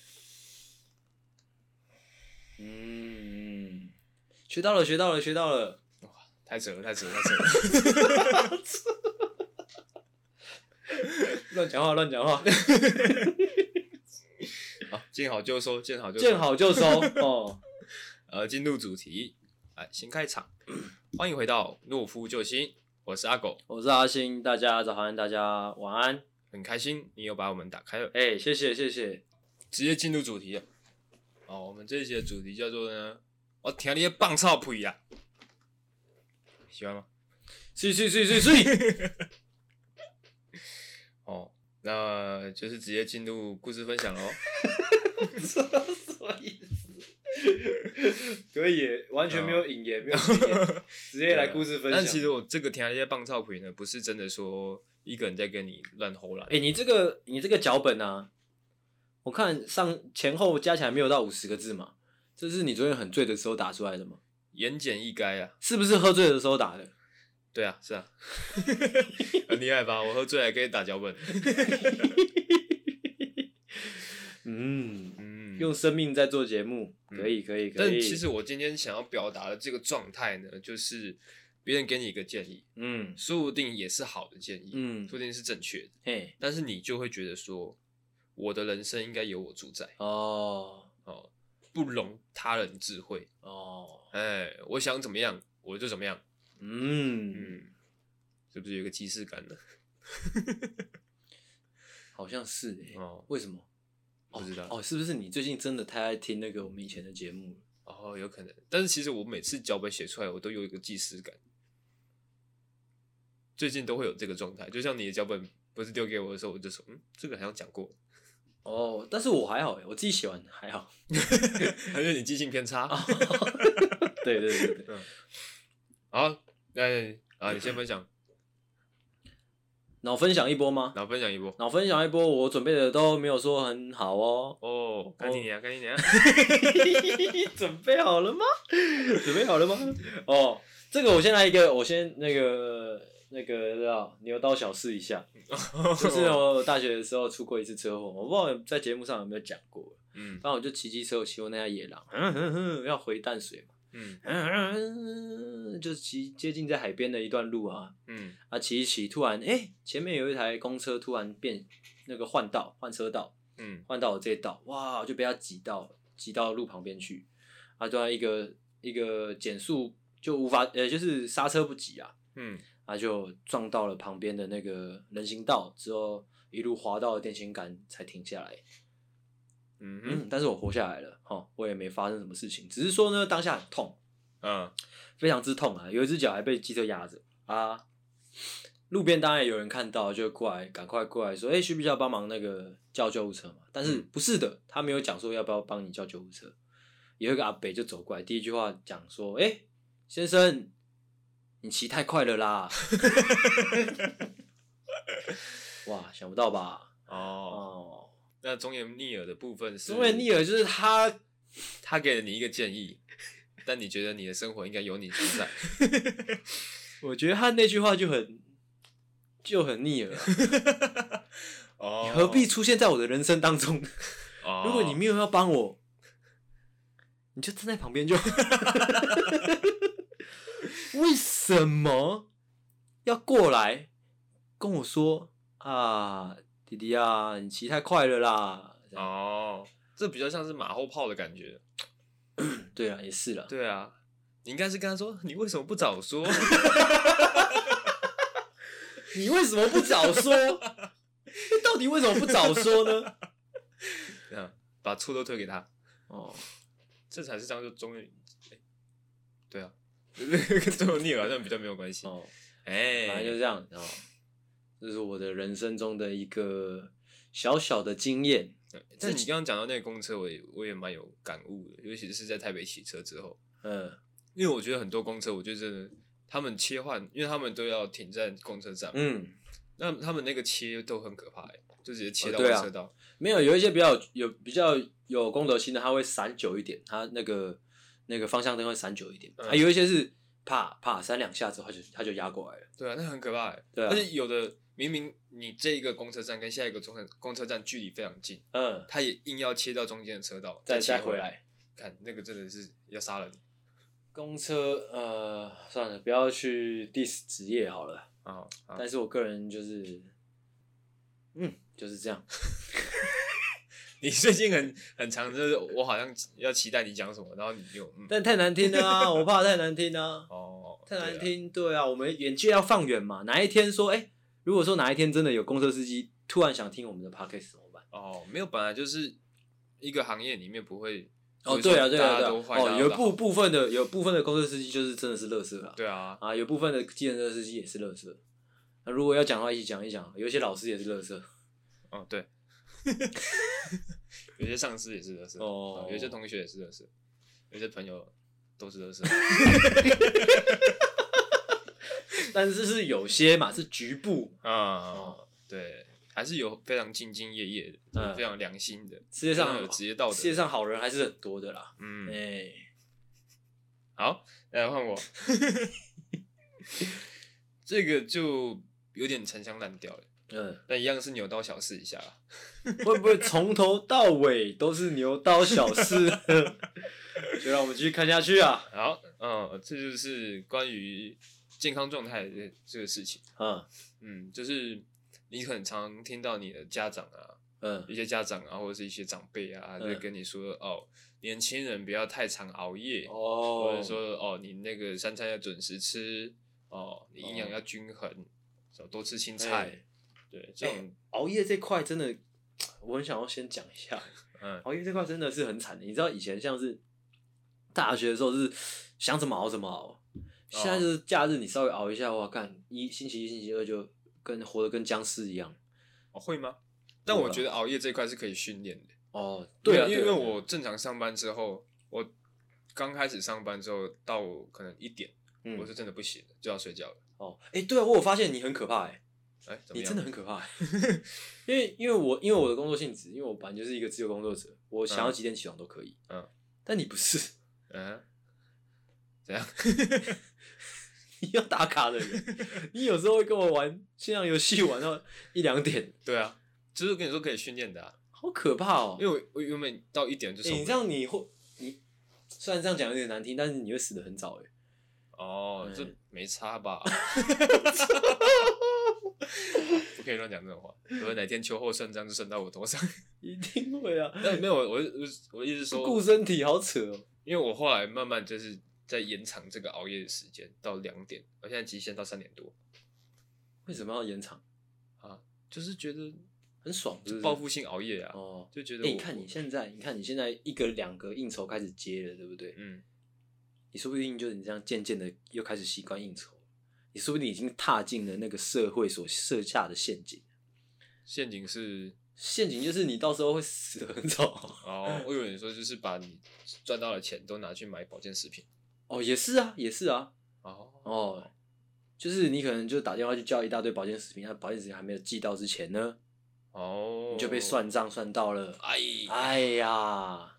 [SPEAKER 2] 嗯，学到了，学到了，学到了。
[SPEAKER 1] 太扯了，太扯了，太扯 了。
[SPEAKER 2] 乱讲话，哦乱讲 话，
[SPEAKER 1] 好，见好就收，见好就收。
[SPEAKER 2] 见好就 收哦。
[SPEAKER 1] 呃，进入主题，来先开场，欢迎回到懦夫救星，我是阿狗，
[SPEAKER 2] 我是阿星，大家早安，大家晚安。
[SPEAKER 1] 很开心你又把我们打开了，
[SPEAKER 2] 哎、谢谢，谢谢。
[SPEAKER 1] 直接进入主题了。啊哦，我们这一期的主题叫做呢，我听你的棒操屁呀，喜欢吗？
[SPEAKER 2] 睡睡睡睡 睡。
[SPEAKER 1] 哦，那就是直接进入故事分享喽。
[SPEAKER 2] 什么意思？可以耶，完全没有引言，没有引言，直接来故事分享。
[SPEAKER 1] 但其实我这个听你的棒操屁呢，不是真的说一个人在跟你乱吼啦
[SPEAKER 2] 哎、，你这个你这个脚本啊，我看上前后加起来没有到五十个字嘛，这是你昨天很醉的时候打出来的吗？
[SPEAKER 1] 言简意赅啊。
[SPEAKER 2] 是不是喝醉的时候打的？
[SPEAKER 1] 对啊，是 啊，很厉害吧？我喝醉还可以打脚本。
[SPEAKER 2] 嗯，
[SPEAKER 1] 嗯，
[SPEAKER 2] 用生命在做节目，可以可以可
[SPEAKER 1] 但
[SPEAKER 2] 以。
[SPEAKER 1] 其实我今天想要表达的这个状态呢，就是别人给你一个建议，
[SPEAKER 2] 嗯
[SPEAKER 1] 说不定也是好的建议，
[SPEAKER 2] 嗯
[SPEAKER 1] 说不定是正确的，
[SPEAKER 2] 嘿
[SPEAKER 1] 但是你就会觉得说，我的人生应该由我主宰
[SPEAKER 2] 哦
[SPEAKER 1] 哦，不容他人智慧。
[SPEAKER 2] 哦
[SPEAKER 1] 哎，我想怎么样我就怎么样，
[SPEAKER 2] 嗯，
[SPEAKER 1] 嗯，是不是有一个既视感呢？
[SPEAKER 2] 好像是哎、
[SPEAKER 1] 哦
[SPEAKER 2] 为什么？
[SPEAKER 1] 不知道
[SPEAKER 2] 哦哦，是不是你最近真的太爱听那个我们以前的节目了？
[SPEAKER 1] 哦，有可能，但是其实我每次脚本写出来，我都有一个既视感。最近都会有这个状态，就像你的脚本不是丢给我的时候，我就说，嗯，这个好像讲过，
[SPEAKER 2] 哦，但是我还好哎、我自己写完还好。
[SPEAKER 1] 还是你记性偏差？
[SPEAKER 2] 哦对对对对对。
[SPEAKER 1] 好，那啊，你先分享，
[SPEAKER 2] 那我分享一波吗？
[SPEAKER 1] 然后分享一波。
[SPEAKER 2] 那我分享一波，我准备的都没有说很好哦。
[SPEAKER 1] 哦，赶紧点，赶紧点。
[SPEAKER 2] 准备好了吗？准备好了吗？哦，这个我先来一个，我先那个那个叫牛刀小试一下， 就是哦我大学的时候出过一次车祸，我不知道在节目上有没有讲过，
[SPEAKER 1] 嗯
[SPEAKER 2] 反正我就骑机车，我骑过那台野狼，哼哼哼，要回淡水嘛，
[SPEAKER 1] 嗯
[SPEAKER 2] 嗯，就是骑接近在海边的一段路啊，
[SPEAKER 1] 嗯
[SPEAKER 2] 啊骑一骑，突然哎、诶前面有一台公车突然变那个换道换车道，
[SPEAKER 1] 嗯
[SPEAKER 2] 换到我这一道，哇，就被他挤到挤到路旁边去，啊，突然一个一个减速就无法，呃，就是刹车不及啊，
[SPEAKER 1] 嗯
[SPEAKER 2] 啊就撞到了旁边的那个人行道，之后一路滑到了电线杆才停下来。
[SPEAKER 1] 嗯
[SPEAKER 2] 嗯
[SPEAKER 1] 嗯，
[SPEAKER 2] 但是我活下来了，哈，我也没发生什么事情，只是说呢，当下很痛，哦
[SPEAKER 1] 嗯
[SPEAKER 2] 非常之痛啊，有一只脚还被机车压着啊。路边当然有人看到，就过来，赶快过来说：“哎、需不需要帮忙那个叫救护车嘛？”但是
[SPEAKER 1] 嗯
[SPEAKER 2] 不是的，他没有讲说要不要帮你叫救护车。有一个阿北就走过来，第一句话讲说：“哎、先生，你骑太快 了啦！”哇，想不到吧？
[SPEAKER 1] 哦，
[SPEAKER 2] 哦，
[SPEAKER 1] 那忠言逆耳的部分是
[SPEAKER 2] 因为逆耳就是他
[SPEAKER 1] 他给了你一个建议， 但你觉得你的生活应该由你主 宰。
[SPEAKER 2] 我觉得他那句话就很就很 逆耳啊、
[SPEAKER 1] 哦
[SPEAKER 2] 你何必？出现在我的人生当中？
[SPEAKER 1] 哦
[SPEAKER 2] 如果你没有要帮我，你就站在旁边就好。 为什么要过来跟我说啊，弟弟啊，你骑太快了啦？这样
[SPEAKER 1] 哦，这比较像是马后炮的感觉。
[SPEAKER 2] 对啊，也是啦。
[SPEAKER 1] 对啊，你应该是跟他说，你为什么不早说？
[SPEAKER 2] 你为什么不早 说？到底为什么不早说呢？
[SPEAKER 1] 这样把错都推给他，
[SPEAKER 2] 哦，
[SPEAKER 1] 这才是这样就忠言。哎对啊， 跟忠言逆耳好像比较没有关系。
[SPEAKER 2] 哦。
[SPEAKER 1] 哎，
[SPEAKER 2] 反正就这样，哦，这是我的人生中的一个小小的经验。
[SPEAKER 1] 但你刚刚讲到那个公车，我也我也蛮有感悟的，尤其是在台北骑车之后，
[SPEAKER 2] 嗯
[SPEAKER 1] 因为我觉得很多公车，我觉得真的他们切换，因为他们都要停在公车站，
[SPEAKER 2] 嗯，
[SPEAKER 1] 那他们那个切都很可怕、欸，就直接切到
[SPEAKER 2] 哦对啊
[SPEAKER 1] 车道。
[SPEAKER 2] 没有，有一些比较有有比较有公德心的，他会闪久一点，他那个那个方向灯会闪久一点。
[SPEAKER 1] 嗯
[SPEAKER 2] 啊，有一些是啪啪闪两下之后，他就他就压过来了。
[SPEAKER 1] 对啊，那很可怕、欸。
[SPEAKER 2] 对啊
[SPEAKER 1] 而且有的明明你这一个公车站跟下一个中车公车站距离非常近，
[SPEAKER 2] 嗯，
[SPEAKER 1] 他也硬要切到中间的车道，
[SPEAKER 2] 再
[SPEAKER 1] 切
[SPEAKER 2] 再回
[SPEAKER 1] 来。
[SPEAKER 2] 来。
[SPEAKER 1] 看那个真的是要杀了你
[SPEAKER 2] 公车，呃，算了，不要去 diss 职业好了。
[SPEAKER 1] 啊！好
[SPEAKER 2] 但是我个人就是，嗯，就是这样。
[SPEAKER 1] 你最近很很长，就是我好像要期待你讲什么，然后你就嗯
[SPEAKER 2] 但太难听了 啊，我怕太难听啊。
[SPEAKER 1] 哦，
[SPEAKER 2] 太难
[SPEAKER 1] 对啊。
[SPEAKER 2] 听，对啊，我们眼界要放远嘛。哪一天说，哎、如果说哪一天真的有公车司机突然想听我们的 podcast 怎么办？
[SPEAKER 1] 哦，没有，本来就是一个行业里面不会
[SPEAKER 2] 哦，
[SPEAKER 1] 不会说
[SPEAKER 2] 对啊，对
[SPEAKER 1] 大
[SPEAKER 2] 啊，
[SPEAKER 1] 家
[SPEAKER 2] 对啊，
[SPEAKER 1] 都坏大
[SPEAKER 2] 哦，
[SPEAKER 1] 家
[SPEAKER 2] 有
[SPEAKER 1] 都
[SPEAKER 2] 部
[SPEAKER 1] 好
[SPEAKER 2] 部分的有部分的公车司机就是真的是乐色啊，
[SPEAKER 1] 对啊，
[SPEAKER 2] 啊，有部分的计程车司机也是乐色。那如果要讲的话，一起讲一讲，有一些老师也是乐色，
[SPEAKER 1] 哦对，有些上司也是乐色，
[SPEAKER 2] 哦
[SPEAKER 1] 有些同学也是乐色，有些朋友都是乐 色，
[SPEAKER 2] 但是是有些嘛，是局部，
[SPEAKER 1] 啊，对，还是有非常兢兢业业的，
[SPEAKER 2] 嗯
[SPEAKER 1] 非常良心的，
[SPEAKER 2] 世界
[SPEAKER 1] 非
[SPEAKER 2] 上
[SPEAKER 1] 嗯常有职业道德
[SPEAKER 2] 世界上好人还是很多的啦。哎、
[SPEAKER 1] 嗯，好，来换 我，这个就有点陈腔滥调了，
[SPEAKER 2] 嗯，
[SPEAKER 1] 但一样是扭到小事一下啦。
[SPEAKER 2] 会不会从头到尾都是牛刀小试？ 就让我们继续看下去啊。
[SPEAKER 1] 好，嗯，这就是关于健康状态的这个事情。
[SPEAKER 2] 嗯
[SPEAKER 1] 嗯，就是你很常听到你的家长啊，
[SPEAKER 2] 嗯，
[SPEAKER 1] 一些家长啊，或者是一些长辈啊，在
[SPEAKER 2] 嗯
[SPEAKER 1] 跟你说、哦，年轻人不要太常熬夜，
[SPEAKER 2] 哦，
[SPEAKER 1] 或者说哦，你那个三餐要准时吃，哦，你营养
[SPEAKER 2] 哦
[SPEAKER 1] 要均衡，哦、多吃青菜，
[SPEAKER 2] 哎
[SPEAKER 1] 对，这种、
[SPEAKER 2] 熬夜这块真的，我很想要先讲一下，
[SPEAKER 1] 嗯
[SPEAKER 2] 熬夜这块真的是很惨的。你知道以前像是大学的时候是 想怎么熬怎么熬，现在就是假日你稍微熬一下，哇，干一星期一星期二就跟活得跟僵尸一样。
[SPEAKER 1] 哦会吗？但我
[SPEAKER 2] 吧
[SPEAKER 1] 觉得熬夜这一块是可以训练的，
[SPEAKER 2] 哦，对啊，
[SPEAKER 1] 因为因为
[SPEAKER 2] 对啊
[SPEAKER 1] 我正常上班之后，我刚开始上班之后到可能一点，
[SPEAKER 2] 嗯
[SPEAKER 1] 我是真的不行了，就要睡觉了。
[SPEAKER 2] 哦，哎，对啊，我有发现你很可怕哎，
[SPEAKER 1] 哎、怎么
[SPEAKER 2] 你
[SPEAKER 1] 样？
[SPEAKER 2] 真的很可怕欸， 因为因为我因为我的工作性质，因为我本来就是一个自由工作者，我想要
[SPEAKER 1] 嗯
[SPEAKER 2] 几点起床都可以。
[SPEAKER 1] 嗯，
[SPEAKER 2] 但你不是，
[SPEAKER 1] 嗯，怎样？
[SPEAKER 2] 你要打卡的人，你有时候会跟我玩线上游戏玩到一两点，
[SPEAKER 1] 对啊，就是跟你说可以训练的啊，
[SPEAKER 2] 好可怕哦！
[SPEAKER 1] 因为我我原本到一点就
[SPEAKER 2] 欸
[SPEAKER 1] 受不
[SPEAKER 2] 你
[SPEAKER 1] 了
[SPEAKER 2] 这样你会你虽然这样讲有点难听，但是你会死的很早哎、
[SPEAKER 1] 哦，这
[SPEAKER 2] 嗯
[SPEAKER 1] 没差吧？ 不可以乱讲这种话。如果哪天秋后算账就算到我头上，
[SPEAKER 2] 一定会啊！
[SPEAKER 1] 但没有，我我我的意思是
[SPEAKER 2] 顾
[SPEAKER 1] 说，
[SPEAKER 2] 身体好扯哦、
[SPEAKER 1] 因为我后来慢慢就是在延长这个熬夜的时间到两点，我现在极限到三点多
[SPEAKER 2] 为什么要延长？
[SPEAKER 1] 啊，就是觉得
[SPEAKER 2] 很爽，是不是
[SPEAKER 1] 报复性熬夜啊，
[SPEAKER 2] 哦。
[SPEAKER 1] 就觉
[SPEAKER 2] 哎、
[SPEAKER 1] 得我
[SPEAKER 2] 你看你现在，你看你现在一个两个应酬开始接了，对不对？
[SPEAKER 1] 嗯，
[SPEAKER 2] 你说不定就是你这样渐渐的又开始习惯应酬，你说不定已经踏进了那个社会所设下的陷阱。
[SPEAKER 1] 陷阱是
[SPEAKER 2] 陷阱就是你到时候会死得很早。
[SPEAKER 1] 哦，我以为你说就是把你赚到的钱都拿去买保健食品
[SPEAKER 2] 哦，也是啊，也是啊。
[SPEAKER 1] 哦
[SPEAKER 2] 哦，就是你可能就打电话去叫一大堆保健食品，那保健食品还没有寄到之前呢，
[SPEAKER 1] 哦，
[SPEAKER 2] 你就被算账算到了。
[SPEAKER 1] 哎
[SPEAKER 2] 哎呀，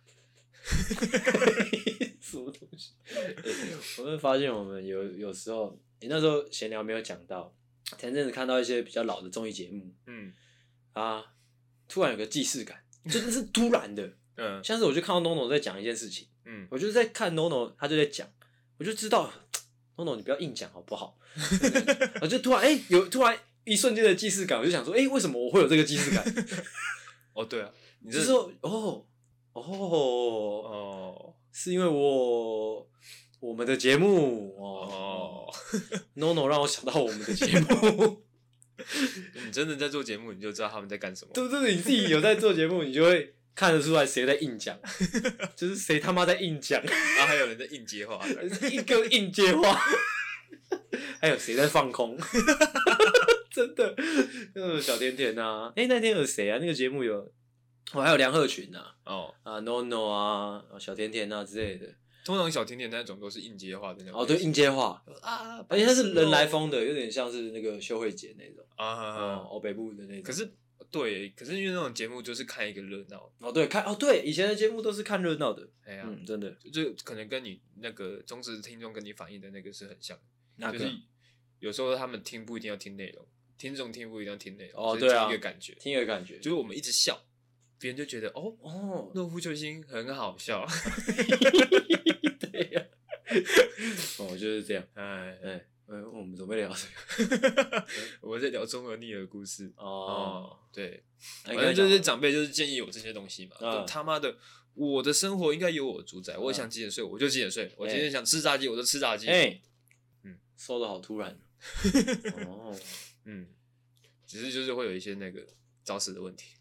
[SPEAKER 2] 什么东西？ 我们发现我们有有时候，你、那时候闲聊没有讲到，前阵子看到一些比较老的综艺节目
[SPEAKER 1] 嗯
[SPEAKER 2] 啊，突然有个既视感，真的是突然的。
[SPEAKER 1] 嗯
[SPEAKER 2] 像是我就看到 NONO 在讲一件事情。
[SPEAKER 1] 嗯，
[SPEAKER 2] 我就是在看 NONO，他就在讲，我就知道 NONO 你不要硬讲好不 好？我就突然哎、有突然一瞬间的既视感，我就想说，哎、为什么我会有这个既视感？
[SPEAKER 1] 哦对啊，你
[SPEAKER 2] 你
[SPEAKER 1] 这
[SPEAKER 2] 是说哦哦，
[SPEAKER 1] 哦
[SPEAKER 2] 是因为我我们的节目哦
[SPEAKER 1] 哦，
[SPEAKER 2] ，NONO 让我想到我们的节目，
[SPEAKER 1] 你真的在做节目，你就知道他们在干什么。
[SPEAKER 2] 对不对？你自己有在做节目，你就会看得出来谁在硬讲，就是谁他妈在硬讲，
[SPEAKER 1] 然后还有人在硬接话，
[SPEAKER 2] 一个硬接话，还有谁在放空？ 真的，那种小甜甜呐、啊，哎、那天有谁啊？那个节目有，我、还有梁鹤群呐、
[SPEAKER 1] 哦，
[SPEAKER 2] 啊，啊，no no 啊，小甜甜啊之类的。
[SPEAKER 1] 通常小甜甜那种都是硬接话的那种。
[SPEAKER 2] 哦，对，硬接话，
[SPEAKER 1] 啊，
[SPEAKER 2] 而且他是人来疯的，有点像是那个秀慧姐那种，
[SPEAKER 1] 啊
[SPEAKER 2] 哦，，哦，北部的那种。
[SPEAKER 1] 可是对，可是因为那种节目就是看一个热闹，
[SPEAKER 2] 哦，对，看哦，对，以前的节目都是看热闹的，
[SPEAKER 1] 哎呀，
[SPEAKER 2] 嗯，真的。
[SPEAKER 1] 就可能跟你那个忠实听众跟你反映的那个是很像，
[SPEAKER 2] 那
[SPEAKER 1] 就
[SPEAKER 2] 个
[SPEAKER 1] 是有时候他们听不一定要听内容，听众听不一定要听内容，
[SPEAKER 2] 哦
[SPEAKER 1] 只是
[SPEAKER 2] 对啊
[SPEAKER 1] 听一个感觉，
[SPEAKER 2] 听有感觉，
[SPEAKER 1] 就是我们一直笑，别人就觉得哦，
[SPEAKER 2] 哦，
[SPEAKER 1] 诺夫救星很好笑，
[SPEAKER 2] 对呀、哦，就是这样。
[SPEAKER 1] 哎，
[SPEAKER 2] 哎、嗯，我们准备聊这个。
[SPEAKER 1] 我们在聊中俄逆耳故事。
[SPEAKER 2] 哦，
[SPEAKER 1] 哦，对，
[SPEAKER 2] 反
[SPEAKER 1] 反正就是长辈就是建议我这些东西嘛。
[SPEAKER 2] 嗯
[SPEAKER 1] 就他妈的，我的生活应该由我主宰。我想几点睡我就几点睡，我今天想吃炸鸡我就吃炸鸡。
[SPEAKER 2] 哎，
[SPEAKER 1] 嗯
[SPEAKER 2] 嗯，说的好突 然。哦，
[SPEAKER 1] 嗯，只是就是会有一些那个早死的问题，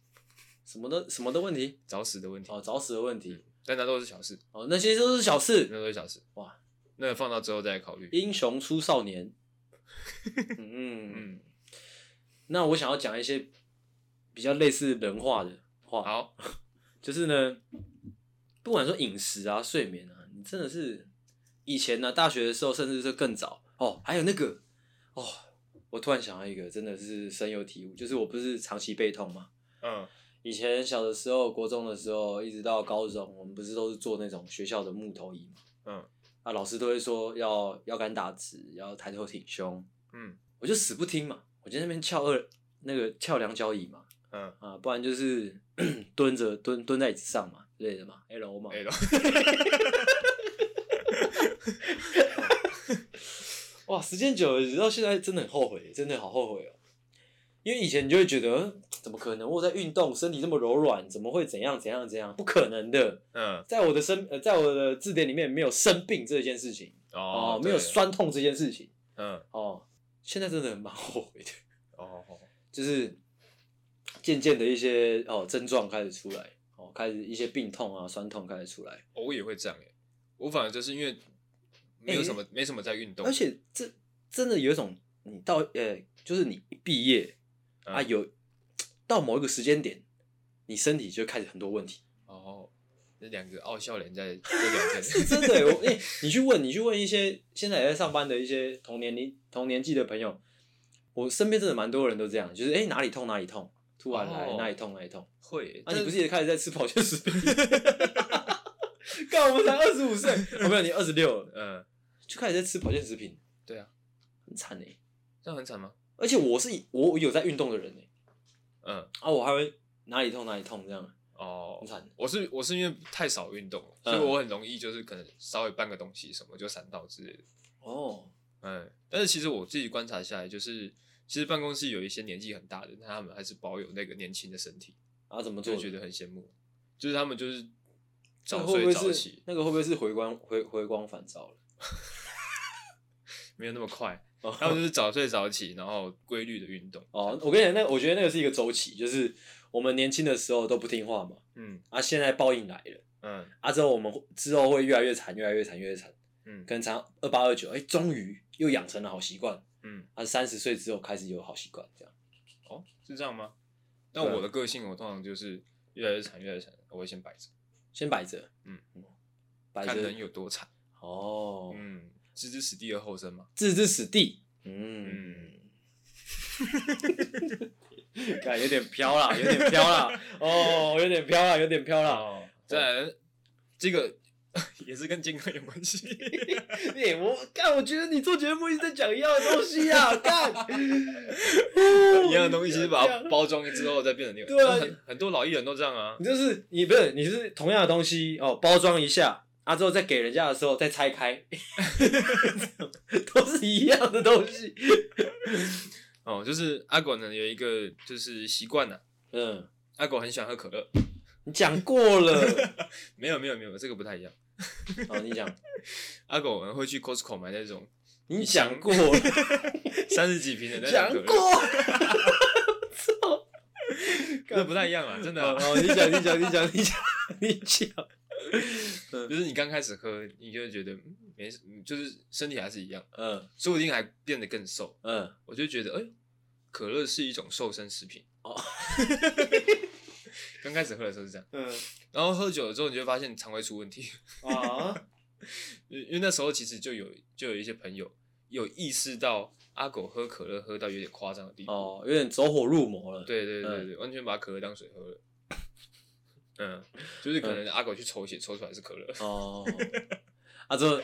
[SPEAKER 2] 什么的什么的问题？
[SPEAKER 1] 早死的问题，
[SPEAKER 2] 哦，早死的问题。
[SPEAKER 1] 但那都是小事，
[SPEAKER 2] 哦，那些都是小
[SPEAKER 1] 那
[SPEAKER 2] 事。
[SPEAKER 1] 都是小事。
[SPEAKER 2] 哇，
[SPEAKER 1] 那放到之后再考虑。
[SPEAKER 2] 英雄出少 年。嗯嗯，
[SPEAKER 1] 嗯，
[SPEAKER 2] 那我想要讲一些比较类似人话的话，
[SPEAKER 1] 好，
[SPEAKER 2] 就是呢，不管说饮食啊、睡眠啊，你真的是以前呢、大学的时候，甚至是更早哦，还有那个哦，我突然想到一个，真的是深有体悟，就是我不是长期背痛吗？
[SPEAKER 1] 嗯
[SPEAKER 2] 以前小的时候，国中的时候，一直到高中，我们不是都是做那种学校的木头椅嘛？
[SPEAKER 1] 嗯
[SPEAKER 2] 啊，老师都会说要要敢打直，要抬头挺胸。
[SPEAKER 1] 嗯
[SPEAKER 2] 我就死不听嘛，我就在那边翘二那个翘两脚椅嘛，
[SPEAKER 1] 嗯，
[SPEAKER 2] 啊，不然就是 蹲着蹲蹲在椅子上嘛之类的嘛，L 嘛
[SPEAKER 1] 哎，了，
[SPEAKER 2] 哇，时间久了，直到现在真的很后悔，真的好后悔哦。因为以前你就会觉得，嗯怎么可能？我在运动，身体这么柔软，怎么会怎样怎样怎样？不可能的。
[SPEAKER 1] 嗯
[SPEAKER 2] 在我的生呃，在我的字典里面没有生病这件事情
[SPEAKER 1] 哦，
[SPEAKER 2] 没有
[SPEAKER 1] 对，
[SPEAKER 2] 酸痛这件事情
[SPEAKER 1] 嗯
[SPEAKER 2] 哦。现在真的蛮后悔的，
[SPEAKER 1] 哦哦
[SPEAKER 2] 就是渐渐的一些哦症状开始出来哦，开始一些病痛啊、酸痛开始出来，
[SPEAKER 1] 哦我也会这样耶。我反而就是因为没有什么没什么在运动，
[SPEAKER 2] 而且这真的有一种你到呃，就是你一毕业、
[SPEAKER 1] 嗯
[SPEAKER 2] 啊，有到某一个时间点，你身体就开始很多问题。
[SPEAKER 1] 哦，这两个傲笑脸在这两
[SPEAKER 2] 是
[SPEAKER 1] 天，
[SPEAKER 2] 真的欸，我哎、你去问，你去问一些现在也在上班的一些同年龄、同年纪的朋友，我身边真的蛮多人都这样，就是哎、欸哪里痛哪里痛，突然来、
[SPEAKER 1] 哦
[SPEAKER 2] 哪里痛哪里痛，
[SPEAKER 1] 会耶，
[SPEAKER 2] 啊，你不是
[SPEAKER 1] 但
[SPEAKER 2] 也开始在吃保健食品？ 干，我们才二十五岁，我没有你二十六了，
[SPEAKER 1] 嗯，
[SPEAKER 2] 就开始在吃保健食品，
[SPEAKER 1] 对啊，
[SPEAKER 2] 很惨哎、
[SPEAKER 1] 这样很惨吗？
[SPEAKER 2] 而且我是我我有在运动的人哎、
[SPEAKER 1] 嗯，
[SPEAKER 2] 啊，我还会哪里痛哪里痛这样，
[SPEAKER 1] 哦
[SPEAKER 2] 很，惨。
[SPEAKER 1] 我是我是因为太少运动了，所
[SPEAKER 2] 嗯
[SPEAKER 1] 以我很容易就是可能稍微搬个东西什么就闪到之类的。
[SPEAKER 2] 哦，
[SPEAKER 1] 嗯，但是其实我自己观察下来，就是其实办公室有一些年纪很大的，但他们还是保有那个年轻的身体，
[SPEAKER 2] 啊，怎么
[SPEAKER 1] 我
[SPEAKER 2] 做
[SPEAKER 1] 就
[SPEAKER 2] 的？
[SPEAKER 1] 觉得很羡慕。就是他们就是
[SPEAKER 2] 那
[SPEAKER 1] 早
[SPEAKER 2] 会不
[SPEAKER 1] 睡
[SPEAKER 2] 会
[SPEAKER 1] 早
[SPEAKER 2] 是
[SPEAKER 1] 起，
[SPEAKER 2] 那个会不会是回光回回光返照了？
[SPEAKER 1] 没有那么快，
[SPEAKER 2] 哦
[SPEAKER 1] 他们就是早睡早起，然后规律的运动。
[SPEAKER 2] 哦，我跟你讲，那我觉得那个是一个周期，就是我们年轻的时候都不听话嘛，
[SPEAKER 1] 嗯
[SPEAKER 2] 啊，现在报应来了，
[SPEAKER 1] 嗯
[SPEAKER 2] 啊，之后我们会之后会越来越惨，越来越惨，越来越惨，
[SPEAKER 1] 嗯
[SPEAKER 2] 可能长二八二九，哎，终于又养成了好习惯，
[SPEAKER 1] 嗯，
[SPEAKER 2] 啊，三十岁之后开始有好习惯，这样。
[SPEAKER 1] 哦，是这样吗？但
[SPEAKER 2] 嗯
[SPEAKER 1] 我的个性，我通常就是越来越惨，越来越惨，我会先摆着，
[SPEAKER 2] 先摆着，
[SPEAKER 1] 嗯，
[SPEAKER 2] 摆
[SPEAKER 1] 看人
[SPEAKER 2] 着，
[SPEAKER 1] 有多惨。
[SPEAKER 2] 哦，
[SPEAKER 1] 嗯，置之死地而后生嘛。
[SPEAKER 2] 置之死地，
[SPEAKER 1] 嗯
[SPEAKER 2] 嗯， 感有点飘啦，有点飘 啦，哦，有点飘啦，有点飘啦，
[SPEAKER 1] 哦，再来这个也是跟健康有关系。
[SPEAKER 2] 哎，我干，我觉得你做节目一直在讲一样的东西 啊，干，
[SPEAKER 1] 一样的东西，其实把它
[SPEAKER 2] 哦这样
[SPEAKER 1] 包装之后再变 成另外。
[SPEAKER 2] 对啊
[SPEAKER 1] 很很多老艺人都这样啊。
[SPEAKER 2] 你就是你不是你是同样的东西哦，包装一下啊，之后再给人家的时候再拆开， 都是一样的东西。
[SPEAKER 1] 哦，就是阿狗呢有一个就是习惯啊呐，
[SPEAKER 2] 嗯，
[SPEAKER 1] 阿狗很喜欢喝可乐。
[SPEAKER 2] 你讲过了
[SPEAKER 1] 没有没有没有，这个不太一样。
[SPEAKER 2] 哦，你讲
[SPEAKER 1] 阿狗呢会去 Costco 买那种
[SPEAKER 2] 你讲过了
[SPEAKER 1] 三十几瓶的那
[SPEAKER 2] 讲
[SPEAKER 1] 种可乐，
[SPEAKER 2] 过，操，
[SPEAKER 1] 那不太一 样啊，真的啊、
[SPEAKER 2] 哦，你讲你讲你讲你讲你讲，
[SPEAKER 1] 就是你刚开始喝，你就会觉得嗯没什，嗯就是身体还是一样，
[SPEAKER 2] 嗯
[SPEAKER 1] 说不定还变得更瘦。
[SPEAKER 2] 嗯，
[SPEAKER 1] 我就觉得，哎呦，可乐是一种瘦身食品。
[SPEAKER 2] 哦，
[SPEAKER 1] 刚开始喝的时候是这样，
[SPEAKER 2] 嗯
[SPEAKER 1] 然后喝久了之后，你就会发现肠胃出问题。
[SPEAKER 2] 啊，
[SPEAKER 1] 因因为那时候其实就有就有一些朋友有意识到阿狗喝可乐喝到有点夸张的地步，
[SPEAKER 2] 哦，有点走火入魔了。
[SPEAKER 1] 对对
[SPEAKER 2] 嗯
[SPEAKER 1] 对对，完全把可乐当水喝 了。嗯，就是可能阿狗去抽血，抽出来是可 乐。
[SPEAKER 2] 哦，啊，之后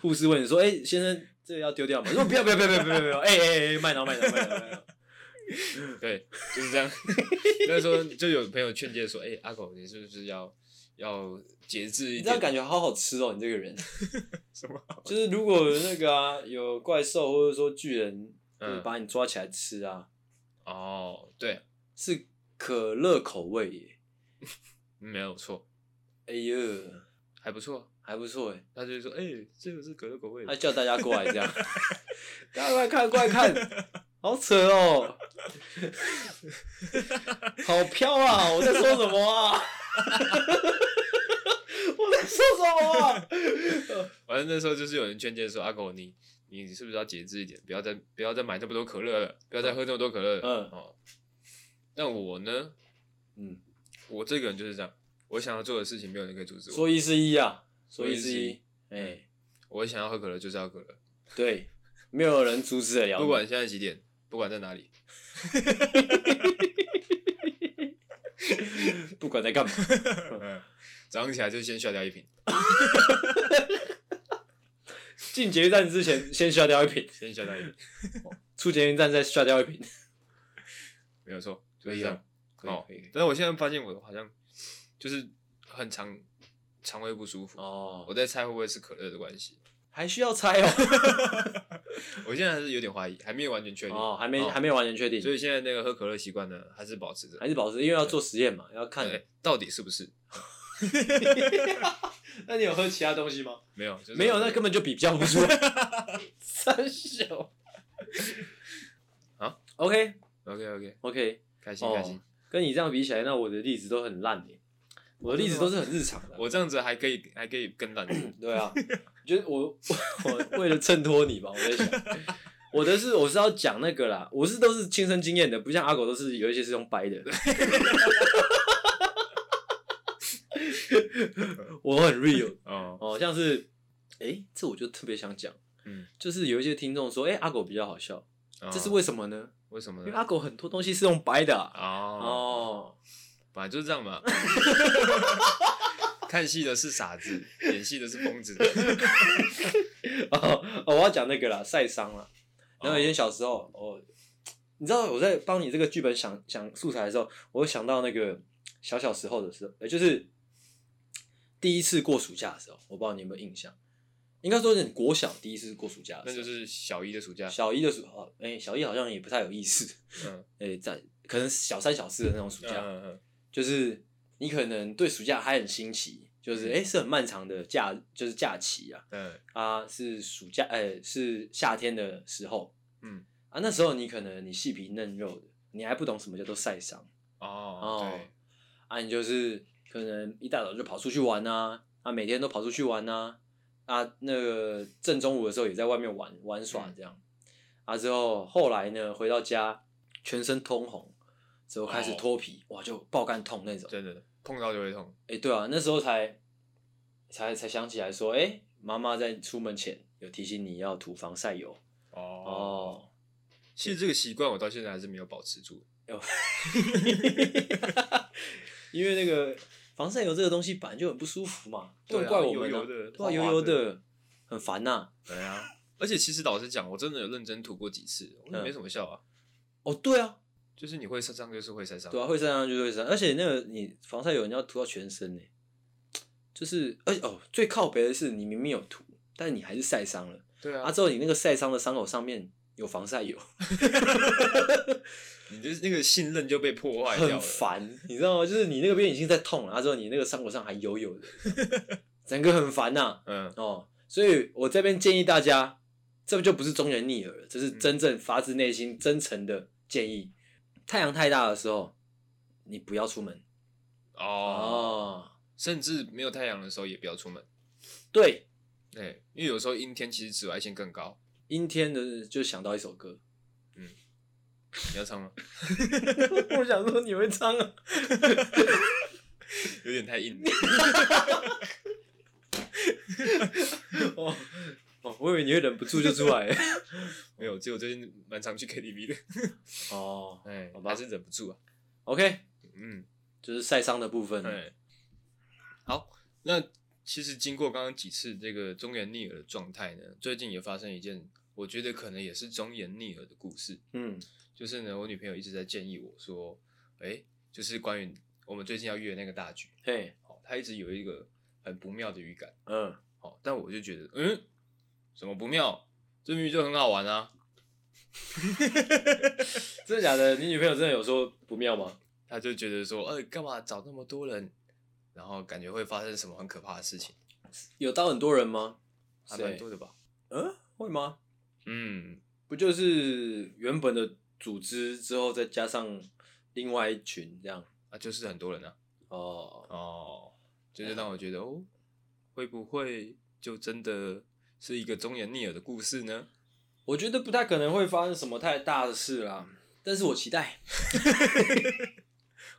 [SPEAKER 2] 护士问你说：“哎、先生，这个要丢掉吗？”说：“不要，不要，不要，不要，不要，不要！哎哎哎，卖脑，卖脑，卖脑，卖脑！
[SPEAKER 1] 对，就是这样。 那时候就有朋友劝诫说：“哎、阿狗，你是不是要要节制一
[SPEAKER 2] 你这样
[SPEAKER 1] 点
[SPEAKER 2] 感觉好好吃哦，你这个人。
[SPEAKER 1] 什么
[SPEAKER 2] 就是如果有那个啊，有怪兽或者说巨人，
[SPEAKER 1] 嗯
[SPEAKER 2] 就是把你抓起来吃啊，？”
[SPEAKER 1] 哦，对，
[SPEAKER 2] 是可乐口味耶。
[SPEAKER 1] 没有错，
[SPEAKER 2] 哎呦，
[SPEAKER 1] 嗯还不错。
[SPEAKER 2] 还不错哎，
[SPEAKER 1] 他就说：“哎、这个是可乐口味的
[SPEAKER 2] 还叫大家过来这 样，大家过来看，过来看，好扯哦，好飘啊！我在说什 么啊？我在说什么啊？
[SPEAKER 1] 反正那时候就是有人劝诫说：“阿狗，你你是不是要节制一点，不要再不要再买那么多可乐了，不要再喝那么多可乐了。”
[SPEAKER 2] 嗯
[SPEAKER 1] 哦。但我呢，
[SPEAKER 2] 嗯，
[SPEAKER 1] 我这个人就是这样，我想要做的事情没有人可以阻止我。
[SPEAKER 2] 说一是一啊，说一
[SPEAKER 1] 说
[SPEAKER 2] 是
[SPEAKER 1] 一是
[SPEAKER 2] 一
[SPEAKER 1] 一，
[SPEAKER 2] 哎、
[SPEAKER 1] 我想要喝可乐就是要可乐，
[SPEAKER 2] 对，没有人阻止得了你。
[SPEAKER 1] 不管现在几点，不管在哪里，
[SPEAKER 2] 不管在干嘛，
[SPEAKER 1] 早上起来就先消掉一瓶，
[SPEAKER 2] 进捷运站之前先刷掉一瓶，
[SPEAKER 1] 先消掉一瓶，
[SPEAKER 2] 出捷运站再刷掉一瓶。
[SPEAKER 1] 没有错，就
[SPEAKER 2] 可
[SPEAKER 1] 是
[SPEAKER 2] 以
[SPEAKER 1] 这样
[SPEAKER 2] 啊。
[SPEAKER 1] 哦
[SPEAKER 2] 可以可以，
[SPEAKER 1] 但是我现在发现我好像就是很常肠胃不舒服，
[SPEAKER 2] 哦
[SPEAKER 1] 我，在猜会不会是可乐的关系。
[SPEAKER 2] 还需要猜 哦。
[SPEAKER 1] 我现在还是有点怀疑，还没有完全确定。
[SPEAKER 2] 哦，还没、还没有完全确定，
[SPEAKER 1] 所以现在那个喝可乐习惯呢，还是保持着。
[SPEAKER 2] 还是保持，因为要做实验嘛，要看。
[SPEAKER 1] 对，到底是不是
[SPEAKER 2] 那你有喝其他东西吗？
[SPEAKER 1] 没有？就是、
[SPEAKER 2] 没有，那根本就比较不 出来。三小
[SPEAKER 1] 啊
[SPEAKER 2] ，OK
[SPEAKER 1] OK OK，
[SPEAKER 2] OK，
[SPEAKER 1] 开心开心。
[SPEAKER 2] 哦，跟你这样比起来，那我的例子都很烂耶，我的例子都是很日常的。啊
[SPEAKER 1] 我这样子还可以还可以更烂。
[SPEAKER 2] 对啊，就是我我为了衬托你吧，我在想，我的是我是要讲那个啦，我是都是亲身经验的，不像阿狗都是有一些是用掰的。我很 real
[SPEAKER 1] 哦，
[SPEAKER 2] 哦，像是，哎、这我就特别想讲，
[SPEAKER 1] 嗯，
[SPEAKER 2] 就是有一些听众说，哎、阿狗比较好笑，
[SPEAKER 1] 哦
[SPEAKER 2] 这是为什么呢？
[SPEAKER 1] 为什么
[SPEAKER 2] 因为
[SPEAKER 1] 呢？
[SPEAKER 2] 阿狗很多东西是用掰的啊、
[SPEAKER 1] 哦，
[SPEAKER 2] 哦，
[SPEAKER 1] 本来就是这样 嘛。看戏的是傻子，演戏的是疯 子。
[SPEAKER 2] 哦，我要讲那个啦，晒伤啦。然后以
[SPEAKER 1] 哦
[SPEAKER 2] 前小时候，哦，你知道我在帮你这个剧本想想素材的时候，我会想到那个小小时候的时候，呃，就是第一次过暑假的时候，我不知道你有没有印象，应该说是你国小第一次过暑假的
[SPEAKER 1] 那
[SPEAKER 2] 时
[SPEAKER 1] 就
[SPEAKER 2] 候，
[SPEAKER 1] 是小一的暑假，
[SPEAKER 2] 小一的暑，哦，哎、小一好像也不太有意思，
[SPEAKER 1] 嗯
[SPEAKER 2] 哎、在可能小三小四的那种暑
[SPEAKER 1] 嗯
[SPEAKER 2] 假，
[SPEAKER 1] 嗯嗯，
[SPEAKER 2] 就是你可能对暑假还很新奇，就
[SPEAKER 1] 嗯
[SPEAKER 2] 是哎、诶是很漫长的假，就是假期啊
[SPEAKER 1] 嗯
[SPEAKER 2] 啊是暑假哎、是夏天的时候
[SPEAKER 1] 嗯，
[SPEAKER 2] 啊那时候你可能你细皮嫩肉的，你还不懂什么叫做晒伤
[SPEAKER 1] 哦
[SPEAKER 2] 哦，啊，你就是可能一大早就跑出去玩啊啊每天都跑出去玩啊啊那个正中午的时候也在外面玩玩耍
[SPEAKER 1] 嗯
[SPEAKER 2] 这样、啊之后后来呢回到家全身通红。之后开始
[SPEAKER 1] 哦
[SPEAKER 2] 脱皮哇，就爆干痛那种
[SPEAKER 1] 对，。真的碰到就会痛，
[SPEAKER 2] 哎、对啊，那时候才才才想起来说，哎、妈妈在出门前有提醒你要涂防晒油
[SPEAKER 1] 哦，
[SPEAKER 2] 哦。
[SPEAKER 1] 其实这个习惯我到现在还是没有保持住，
[SPEAKER 2] 因为那个防晒油这个东西本来就很不舒服嘛，不
[SPEAKER 1] 对啊
[SPEAKER 2] 能怪我们、
[SPEAKER 1] 油油的
[SPEAKER 2] 对啊，油
[SPEAKER 1] 滑滑
[SPEAKER 2] 油
[SPEAKER 1] 的
[SPEAKER 2] 的，很烦呐、
[SPEAKER 1] 对 啊，而且其实老实讲，我真的有认真涂过几次，我觉
[SPEAKER 2] 嗯
[SPEAKER 1] 得没什么效啊，
[SPEAKER 2] 哦，对啊，
[SPEAKER 1] 就是你会晒伤就是会晒伤，
[SPEAKER 2] 对啊，会晒伤就会晒，而且那个你防晒油你要涂到全身呢、就是而且哦，最靠北的是你明明有涂，但你还是晒伤了，
[SPEAKER 1] 对
[SPEAKER 2] 啊
[SPEAKER 1] 啊，
[SPEAKER 2] 之后你那个晒伤的伤口上面有防晒油，
[SPEAKER 1] 你就是那个信任就被破坏掉
[SPEAKER 2] 很
[SPEAKER 1] 了，
[SPEAKER 2] 烦，你知道吗？就是你那个边已经在痛了，然后之后你那个伤口上还油油的，整个很烦呐、
[SPEAKER 1] 嗯，
[SPEAKER 2] 哦，所以我这边建议大家，这就不是忠言逆耳了，这
[SPEAKER 1] 嗯
[SPEAKER 2] 是真正发自内心、真诚的建议。太阳太大的时候，你不要出门
[SPEAKER 1] 哦，
[SPEAKER 2] 哦。
[SPEAKER 1] 甚至没有太阳的时候也不要出门，
[SPEAKER 2] 对，
[SPEAKER 1] 对，因为有时候阴天其实紫外线更高，
[SPEAKER 2] 阴天的就想到一首歌，
[SPEAKER 1] 你要唱吗？
[SPEAKER 2] 我想说你会唱啊。
[SPEAKER 1] 有点太硬，
[SPEAKER 2] 哦哦，我以为你会忍不住就出来。
[SPEAKER 1] 没有，只有最近蛮常去 KTV 的，
[SPEAKER 2] 哦
[SPEAKER 1] 哎，
[SPEAKER 2] 好吧
[SPEAKER 1] 还是忍不住啊，
[SPEAKER 2] ，OK，
[SPEAKER 1] 嗯，
[SPEAKER 2] 就是晒伤的部分。
[SPEAKER 1] 对，好，那其实经过刚刚几次这个忠言逆耳的状态呢，最近也发生一件，我觉得可能也是忠言逆耳的故事，
[SPEAKER 2] 嗯
[SPEAKER 1] 就是呢，我女朋友一直在建议我说，哎、就是关于我们最近要约的那个大局，
[SPEAKER 2] 嘿，
[SPEAKER 1] 哦，她一直有一个很不妙的预感，
[SPEAKER 2] 嗯，
[SPEAKER 1] 哦，但我就觉得，嗯，什么不妙？这明明就很好玩啊。
[SPEAKER 2] 真的假的？你女朋友真的有说不妙吗？
[SPEAKER 1] 她就觉得说，呃、干嘛找那么多人？然后感觉会发生什么很可怕的事情，
[SPEAKER 2] 有到很多人吗？
[SPEAKER 1] 还蛮多的吧？
[SPEAKER 2] 嗯，会吗？
[SPEAKER 1] 嗯，
[SPEAKER 2] 不就是原本的组织之后再加上另外一群这样？
[SPEAKER 1] 啊，就是很多人啊。
[SPEAKER 2] 哦，
[SPEAKER 1] 哦，就是让我觉得，哦，会不会就真的是一个忠言逆耳的故事呢？
[SPEAKER 2] 我觉得不太可能会发生什么太大的事啦，但是我期待。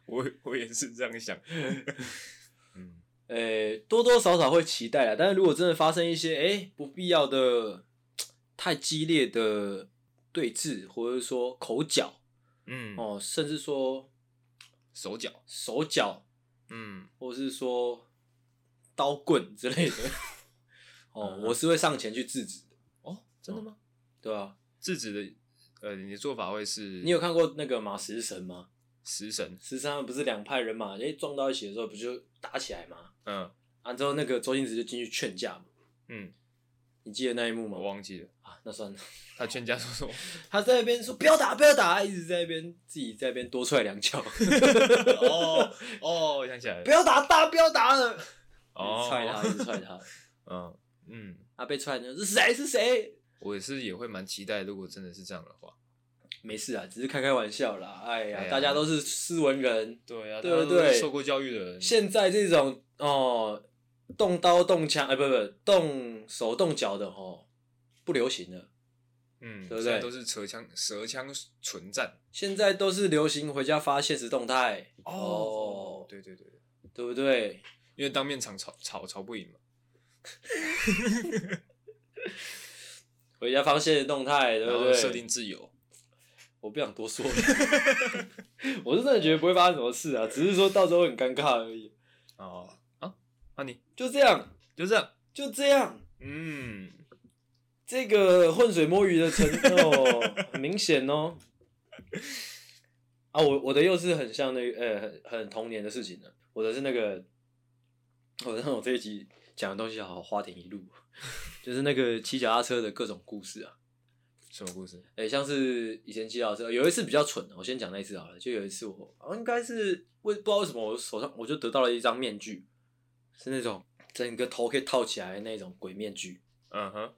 [SPEAKER 1] 我我也是这样想。 嗯，
[SPEAKER 2] 诶、多多少少会期待啊啦，但是如果真的发生一些诶、不必要的、太激烈的对峙，或者说口角
[SPEAKER 1] 嗯，
[SPEAKER 2] 哦，甚至说
[SPEAKER 1] 手脚，
[SPEAKER 2] 手脚
[SPEAKER 1] 嗯，
[SPEAKER 2] 或是说刀棍之类的，哦，
[SPEAKER 1] 嗯
[SPEAKER 2] 我是会上前去制止的，
[SPEAKER 1] 哦，真的吗？
[SPEAKER 2] 对啊，
[SPEAKER 1] 制止的，呃，你的做法会是，
[SPEAKER 2] 你有看过那个马食神吗？
[SPEAKER 1] 食神，
[SPEAKER 2] 食神他们不是两派人马，诶、撞到一起的时候不就打起来吗？
[SPEAKER 1] 嗯
[SPEAKER 2] 啊，之后那个周星驰就进去劝架嘛，
[SPEAKER 1] 嗯，
[SPEAKER 2] 你记得那一幕吗
[SPEAKER 1] 我？忘记了，
[SPEAKER 2] 啊，那算了，
[SPEAKER 1] 他劝架说什么？
[SPEAKER 2] 他在那边说不要打，不要打，一直在那边自己在那边多踹两脚，
[SPEAKER 1] 哦哦，我想起来了
[SPEAKER 2] 不，要打，打不要打了，一
[SPEAKER 1] 哦
[SPEAKER 2] 直，踹他，一直踹他，
[SPEAKER 1] 嗯嗯，
[SPEAKER 2] 啊，被踹呢是谁是谁？
[SPEAKER 1] 我也是也会蛮期待，如果真的是这样的话，
[SPEAKER 2] 没事啊，只是开开玩笑啦。哎呀，
[SPEAKER 1] 哎呀
[SPEAKER 2] 大家都是斯文人，
[SPEAKER 1] 对啊，
[SPEAKER 2] 对对
[SPEAKER 1] 大家都是
[SPEAKER 2] 对
[SPEAKER 1] 受过教育的人，
[SPEAKER 2] 现在这种哦，动刀动枪，哎，不不，动手动脚的哦，不流行了。
[SPEAKER 1] 嗯，
[SPEAKER 2] 对不对
[SPEAKER 1] 现在都是舌枪舌枪唇战，
[SPEAKER 2] 现在都是流行回家发现实动态
[SPEAKER 1] 哦，对对对，
[SPEAKER 2] 对不对？
[SPEAKER 1] 因为当面场吵吵吵不赢嘛，
[SPEAKER 2] 回家发现实动态，对
[SPEAKER 1] 然
[SPEAKER 2] 不
[SPEAKER 1] 后
[SPEAKER 2] 对？
[SPEAKER 1] 设定自由，
[SPEAKER 2] 我不想多说了， 我是真的觉得不会发生什么事啊，只是说到时候很尴尬而已。
[SPEAKER 1] 哦啊，那你
[SPEAKER 2] 就这样，
[SPEAKER 1] 就这样，
[SPEAKER 2] 就这样，
[SPEAKER 1] 嗯。
[SPEAKER 2] 这个浑水摸鱼的程度、很明显哦。哦啊，我我的又是很像那个呃很很童年的事情的，我的是那个，我让我这一集讲的东西好花田一路，就是那个骑脚踏车的各种故事啊，
[SPEAKER 1] 什么故事？
[SPEAKER 2] 诶、像是以前骑脚踏车有一次比较蠢的，我先讲那一次好了，就有一次我好像应该是为不知道为什么我手上我就得到了一张面具，是那种整个头可以套起来的那种鬼面具，
[SPEAKER 1] 嗯哼，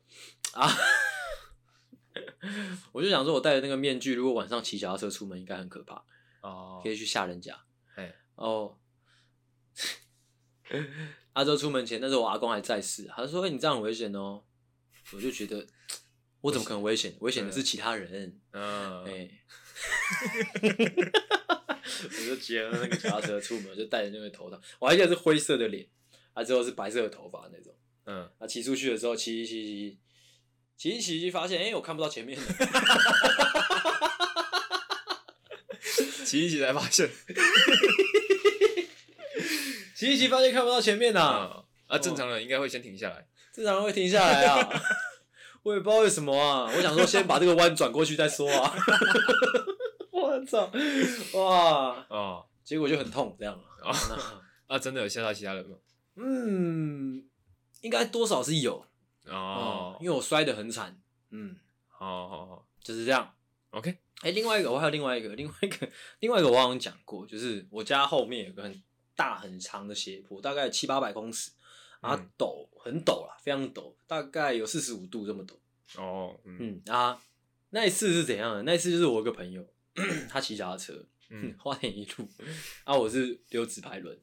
[SPEAKER 2] 我就想说我戴着那个面具，如果晚上骑脚踏车出门应该很可怕。
[SPEAKER 1] 哦
[SPEAKER 2] 可，以去吓人家。
[SPEAKER 1] 哎，
[SPEAKER 2] 哦， 阿周出门前，那时候我阿公还在世，他说：“欸、你这样很危险哦。”我就觉得，我怎么可能危险？危险的是其他人。哎、
[SPEAKER 1] 嗯，
[SPEAKER 2] 我就骑着那个脚踏车出门，就戴着那个头套，我还记得是灰色的脸，啊，之后是白色的头发那种。
[SPEAKER 1] 嗯，
[SPEAKER 2] 啊，骑出去的时候，骑一骑骑，骑一骑一骑，发现哎、欸我看不到前面了。
[SPEAKER 1] 骑一骑才发现，
[SPEAKER 2] 骑一骑发现看不到前面呐、
[SPEAKER 1] 啊啊，正常人应该会先停下来，
[SPEAKER 2] 正常人会停下来啊。 我也不知道为什么啊，我想说先把这个弯转过去再说啊。 我操，哇！
[SPEAKER 1] 哦，
[SPEAKER 2] 结果就很痛，这样。
[SPEAKER 1] 哦啊，真的有吓到其他人吗？
[SPEAKER 2] 嗯，应该多少是有嗯
[SPEAKER 1] 哦，
[SPEAKER 2] 因为我摔得很惨。嗯，
[SPEAKER 1] 好好好
[SPEAKER 2] 就是这样。
[SPEAKER 1] ，OK，
[SPEAKER 2] 哎、另外一个我还有另外一个，另 外一个，另外一个我好像讲过，就是我家后面有个很大很长的斜坡，大概七八百公尺，啊
[SPEAKER 1] 嗯
[SPEAKER 2] 陡，很陡啦，非常陡，大概有四十五度这么陡。
[SPEAKER 1] 哦，嗯
[SPEAKER 2] 嗯啊，那一次是怎样的？那一次就是我有个朋友， 他骑脚踏车，
[SPEAKER 1] 嗯，
[SPEAKER 2] 花田一路，啊，我是溜直排轮，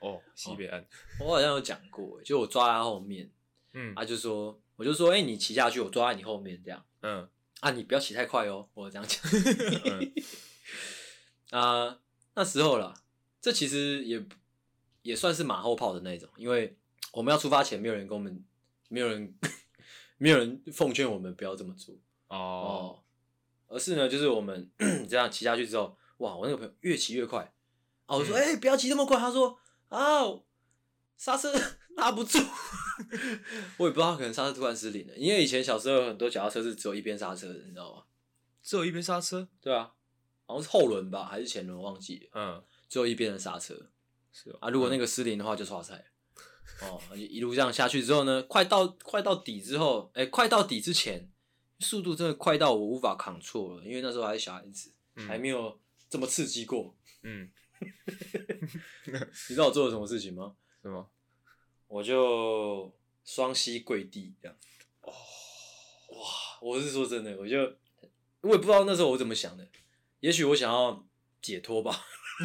[SPEAKER 1] 哦，西北岸，
[SPEAKER 2] 我好像有讲过，欸就我抓在他后面，
[SPEAKER 1] 嗯
[SPEAKER 2] 他就说，我就说，哎、你骑下去，我抓在你后面这样，
[SPEAKER 1] 嗯
[SPEAKER 2] 啊，你不要骑太快哦，我这样讲，
[SPEAKER 1] 嗯
[SPEAKER 2] 啊，那时候啦，这其实也也算是马后炮的那种，因为我们要出发前，没有人跟我们，没有人， 没有人奉劝我们不要这么做，
[SPEAKER 1] 哦，
[SPEAKER 2] 哦，而是呢，就是我们 这样骑下去之后，哇，我那个朋友越骑越快，啊，我说，
[SPEAKER 1] 嗯
[SPEAKER 2] 哎、不要骑那么快，他说，啊，刹车 拉不住，我也不知道，他可能刹车突然失灵了，因为以前小时候有很多脚踏车是只有一边刹车的，你知道吗？
[SPEAKER 1] 只有一边刹车，
[SPEAKER 2] 对啊，好像是后轮吧，还是前轮，我忘记了，
[SPEAKER 1] 嗯，
[SPEAKER 2] 只有一边的刹车
[SPEAKER 1] 是哦
[SPEAKER 2] 啊，如果那个失灵的话，就刷菜了。哦，一路这样下去之后呢，快到快到底之后，哎、快到底之前，速度真的快到我无法扛错了，因为那时候还是小孩子，
[SPEAKER 1] 嗯
[SPEAKER 2] 还没有这么刺激过。
[SPEAKER 1] 嗯，
[SPEAKER 2] 你知道我做了什么事情吗？
[SPEAKER 1] 什么？
[SPEAKER 2] 我就双膝跪地这样。哦，哇！我是说真的，我就我也不知道那时候我怎么想的，也许我想要解脱吧，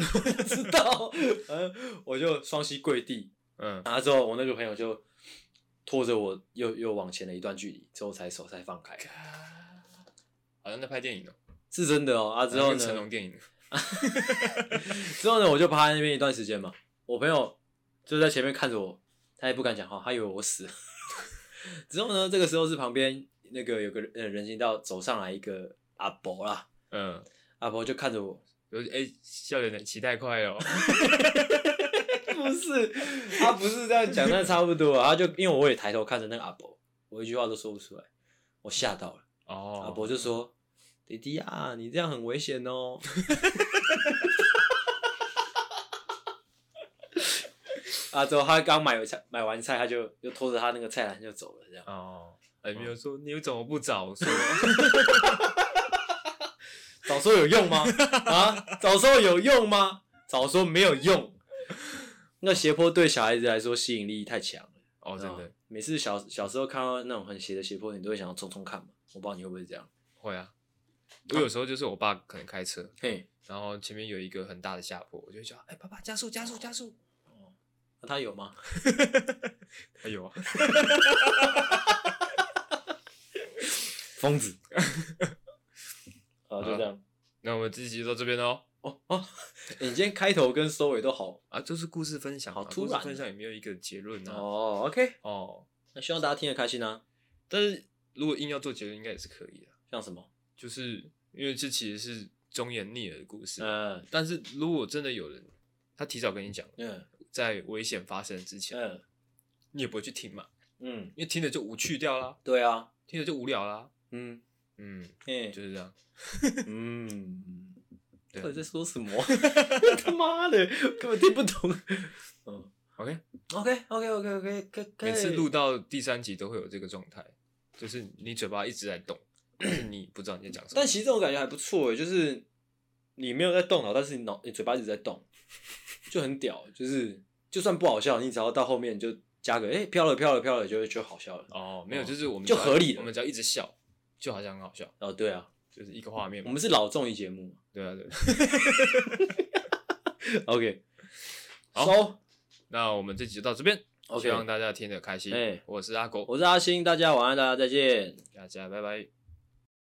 [SPEAKER 2] 不知道。 嗯，我就双膝跪地，
[SPEAKER 1] 嗯
[SPEAKER 2] 然后之后我那个朋友就拖着我又又往前了一段距离，之后才手才放开，
[SPEAKER 1] 好像在拍电影哦，
[SPEAKER 2] 是真的哦。啊，之后
[SPEAKER 1] 跟成
[SPEAKER 2] 呢？
[SPEAKER 1] 龙电影，
[SPEAKER 2] 之后呢，我就趴在那边一段时间嘛。我朋友就在前面看着我，他也不敢讲话，他以为我死了。 之后呢，这个时候是旁边那个有个人呃人行道走上来一个阿伯啦，
[SPEAKER 1] 嗯，
[SPEAKER 2] 阿伯就看着我，
[SPEAKER 1] 就是哎，笑脸的骑太快了哦，
[SPEAKER 2] 不是，他不是这样讲，但差不多。啊他就因为我也抬头看着那个阿伯，我一句话都说不出来，我吓到了。
[SPEAKER 1] 哦，
[SPEAKER 2] 阿伯啊就说：“弟弟啊，你这样很危险哦。” 啊，之后他刚买菜，买完菜，他就又拖着他那个菜篮就走了，这样。
[SPEAKER 1] 哦，哎，没有说你怎么不早说？
[SPEAKER 2] 早说有用 吗？啊，早说有用吗？早说没有用。那斜坡对小孩子来说吸引力太强了，
[SPEAKER 1] 哦，真
[SPEAKER 2] 你知道
[SPEAKER 1] 的
[SPEAKER 2] 吗每次小小时候看到那种很斜的斜坡，你都会想要冲冲看嘛。我不知道你会不会这样。
[SPEAKER 1] 会啊，我有时候就是我爸可能开车，
[SPEAKER 2] 嘿，
[SPEAKER 1] 然后前面有一个很大的下坡，我就会叫，哎，爸爸加速加速加 速，
[SPEAKER 2] 那、啊他有吗？
[SPEAKER 1] 哎 有啊，
[SPEAKER 2] 疯子。啊，就这样。
[SPEAKER 1] 那我们这集就到这边喽。
[SPEAKER 2] 哦哦，你今天开头跟收尾都好
[SPEAKER 1] 啊，就是故事分享嘛，
[SPEAKER 2] 好突
[SPEAKER 1] 故事
[SPEAKER 2] 然
[SPEAKER 1] 分
[SPEAKER 2] 啊
[SPEAKER 1] 享也没有一个结论啊。
[SPEAKER 2] 哦。OK，
[SPEAKER 1] 哦，
[SPEAKER 2] 那希望大家听得开心啊。
[SPEAKER 1] 但是如果硬要做结论，应该也是可以的，
[SPEAKER 2] 像什么？
[SPEAKER 1] 就是因为这其实是忠言逆耳的故事。
[SPEAKER 2] 嗯
[SPEAKER 1] 但是如果真的有人他提早跟你讲，
[SPEAKER 2] 嗯
[SPEAKER 1] 在危险发生之前，
[SPEAKER 2] 嗯
[SPEAKER 1] 你也不会去听嘛，
[SPEAKER 2] 嗯，
[SPEAKER 1] 因为听了就无趣掉啦，
[SPEAKER 2] 对啊，
[SPEAKER 1] 听了就无聊啦。
[SPEAKER 2] 嗯
[SPEAKER 1] 嗯，
[SPEAKER 2] 嘿
[SPEAKER 1] 就是这样。
[SPEAKER 2] 嗯，
[SPEAKER 1] 对啊
[SPEAKER 2] 到底在说什 么？他妈的，根本听不懂。嗯
[SPEAKER 1] OK
[SPEAKER 2] OK OK OK OK OK，
[SPEAKER 1] 每次录到第三集都会有这个状态，就是你嘴巴一直在动， 但是你不知道你在讲什么
[SPEAKER 2] 但。其实这种感觉还不错诶，欸就是你没有在动脑，但是你脑你嘴巴一直在动，就很屌。欸就是就算不好笑，你只要到后面就加个哎、飘了飘了飘了，就就好笑了。
[SPEAKER 1] 哦，没有，
[SPEAKER 2] 哦
[SPEAKER 1] 就是我们
[SPEAKER 2] 就
[SPEAKER 1] 只要
[SPEAKER 2] 合理了
[SPEAKER 1] 我们只要一直笑，就好像很好笑，
[SPEAKER 2] 哦，对啊，
[SPEAKER 1] 就是一个画面
[SPEAKER 2] 我
[SPEAKER 1] 嘛。
[SPEAKER 2] 们是老综艺节目嘛
[SPEAKER 1] 对啊，对啊。
[SPEAKER 2] ，OK，
[SPEAKER 1] 好
[SPEAKER 2] 收，
[SPEAKER 1] 那我们这集就到这边
[SPEAKER 2] OK
[SPEAKER 1] 希望大家听得开心。
[SPEAKER 2] 哎
[SPEAKER 1] 我是阿狗，
[SPEAKER 2] 我是阿星，大家晚安，大家再见。
[SPEAKER 1] 大家拜拜。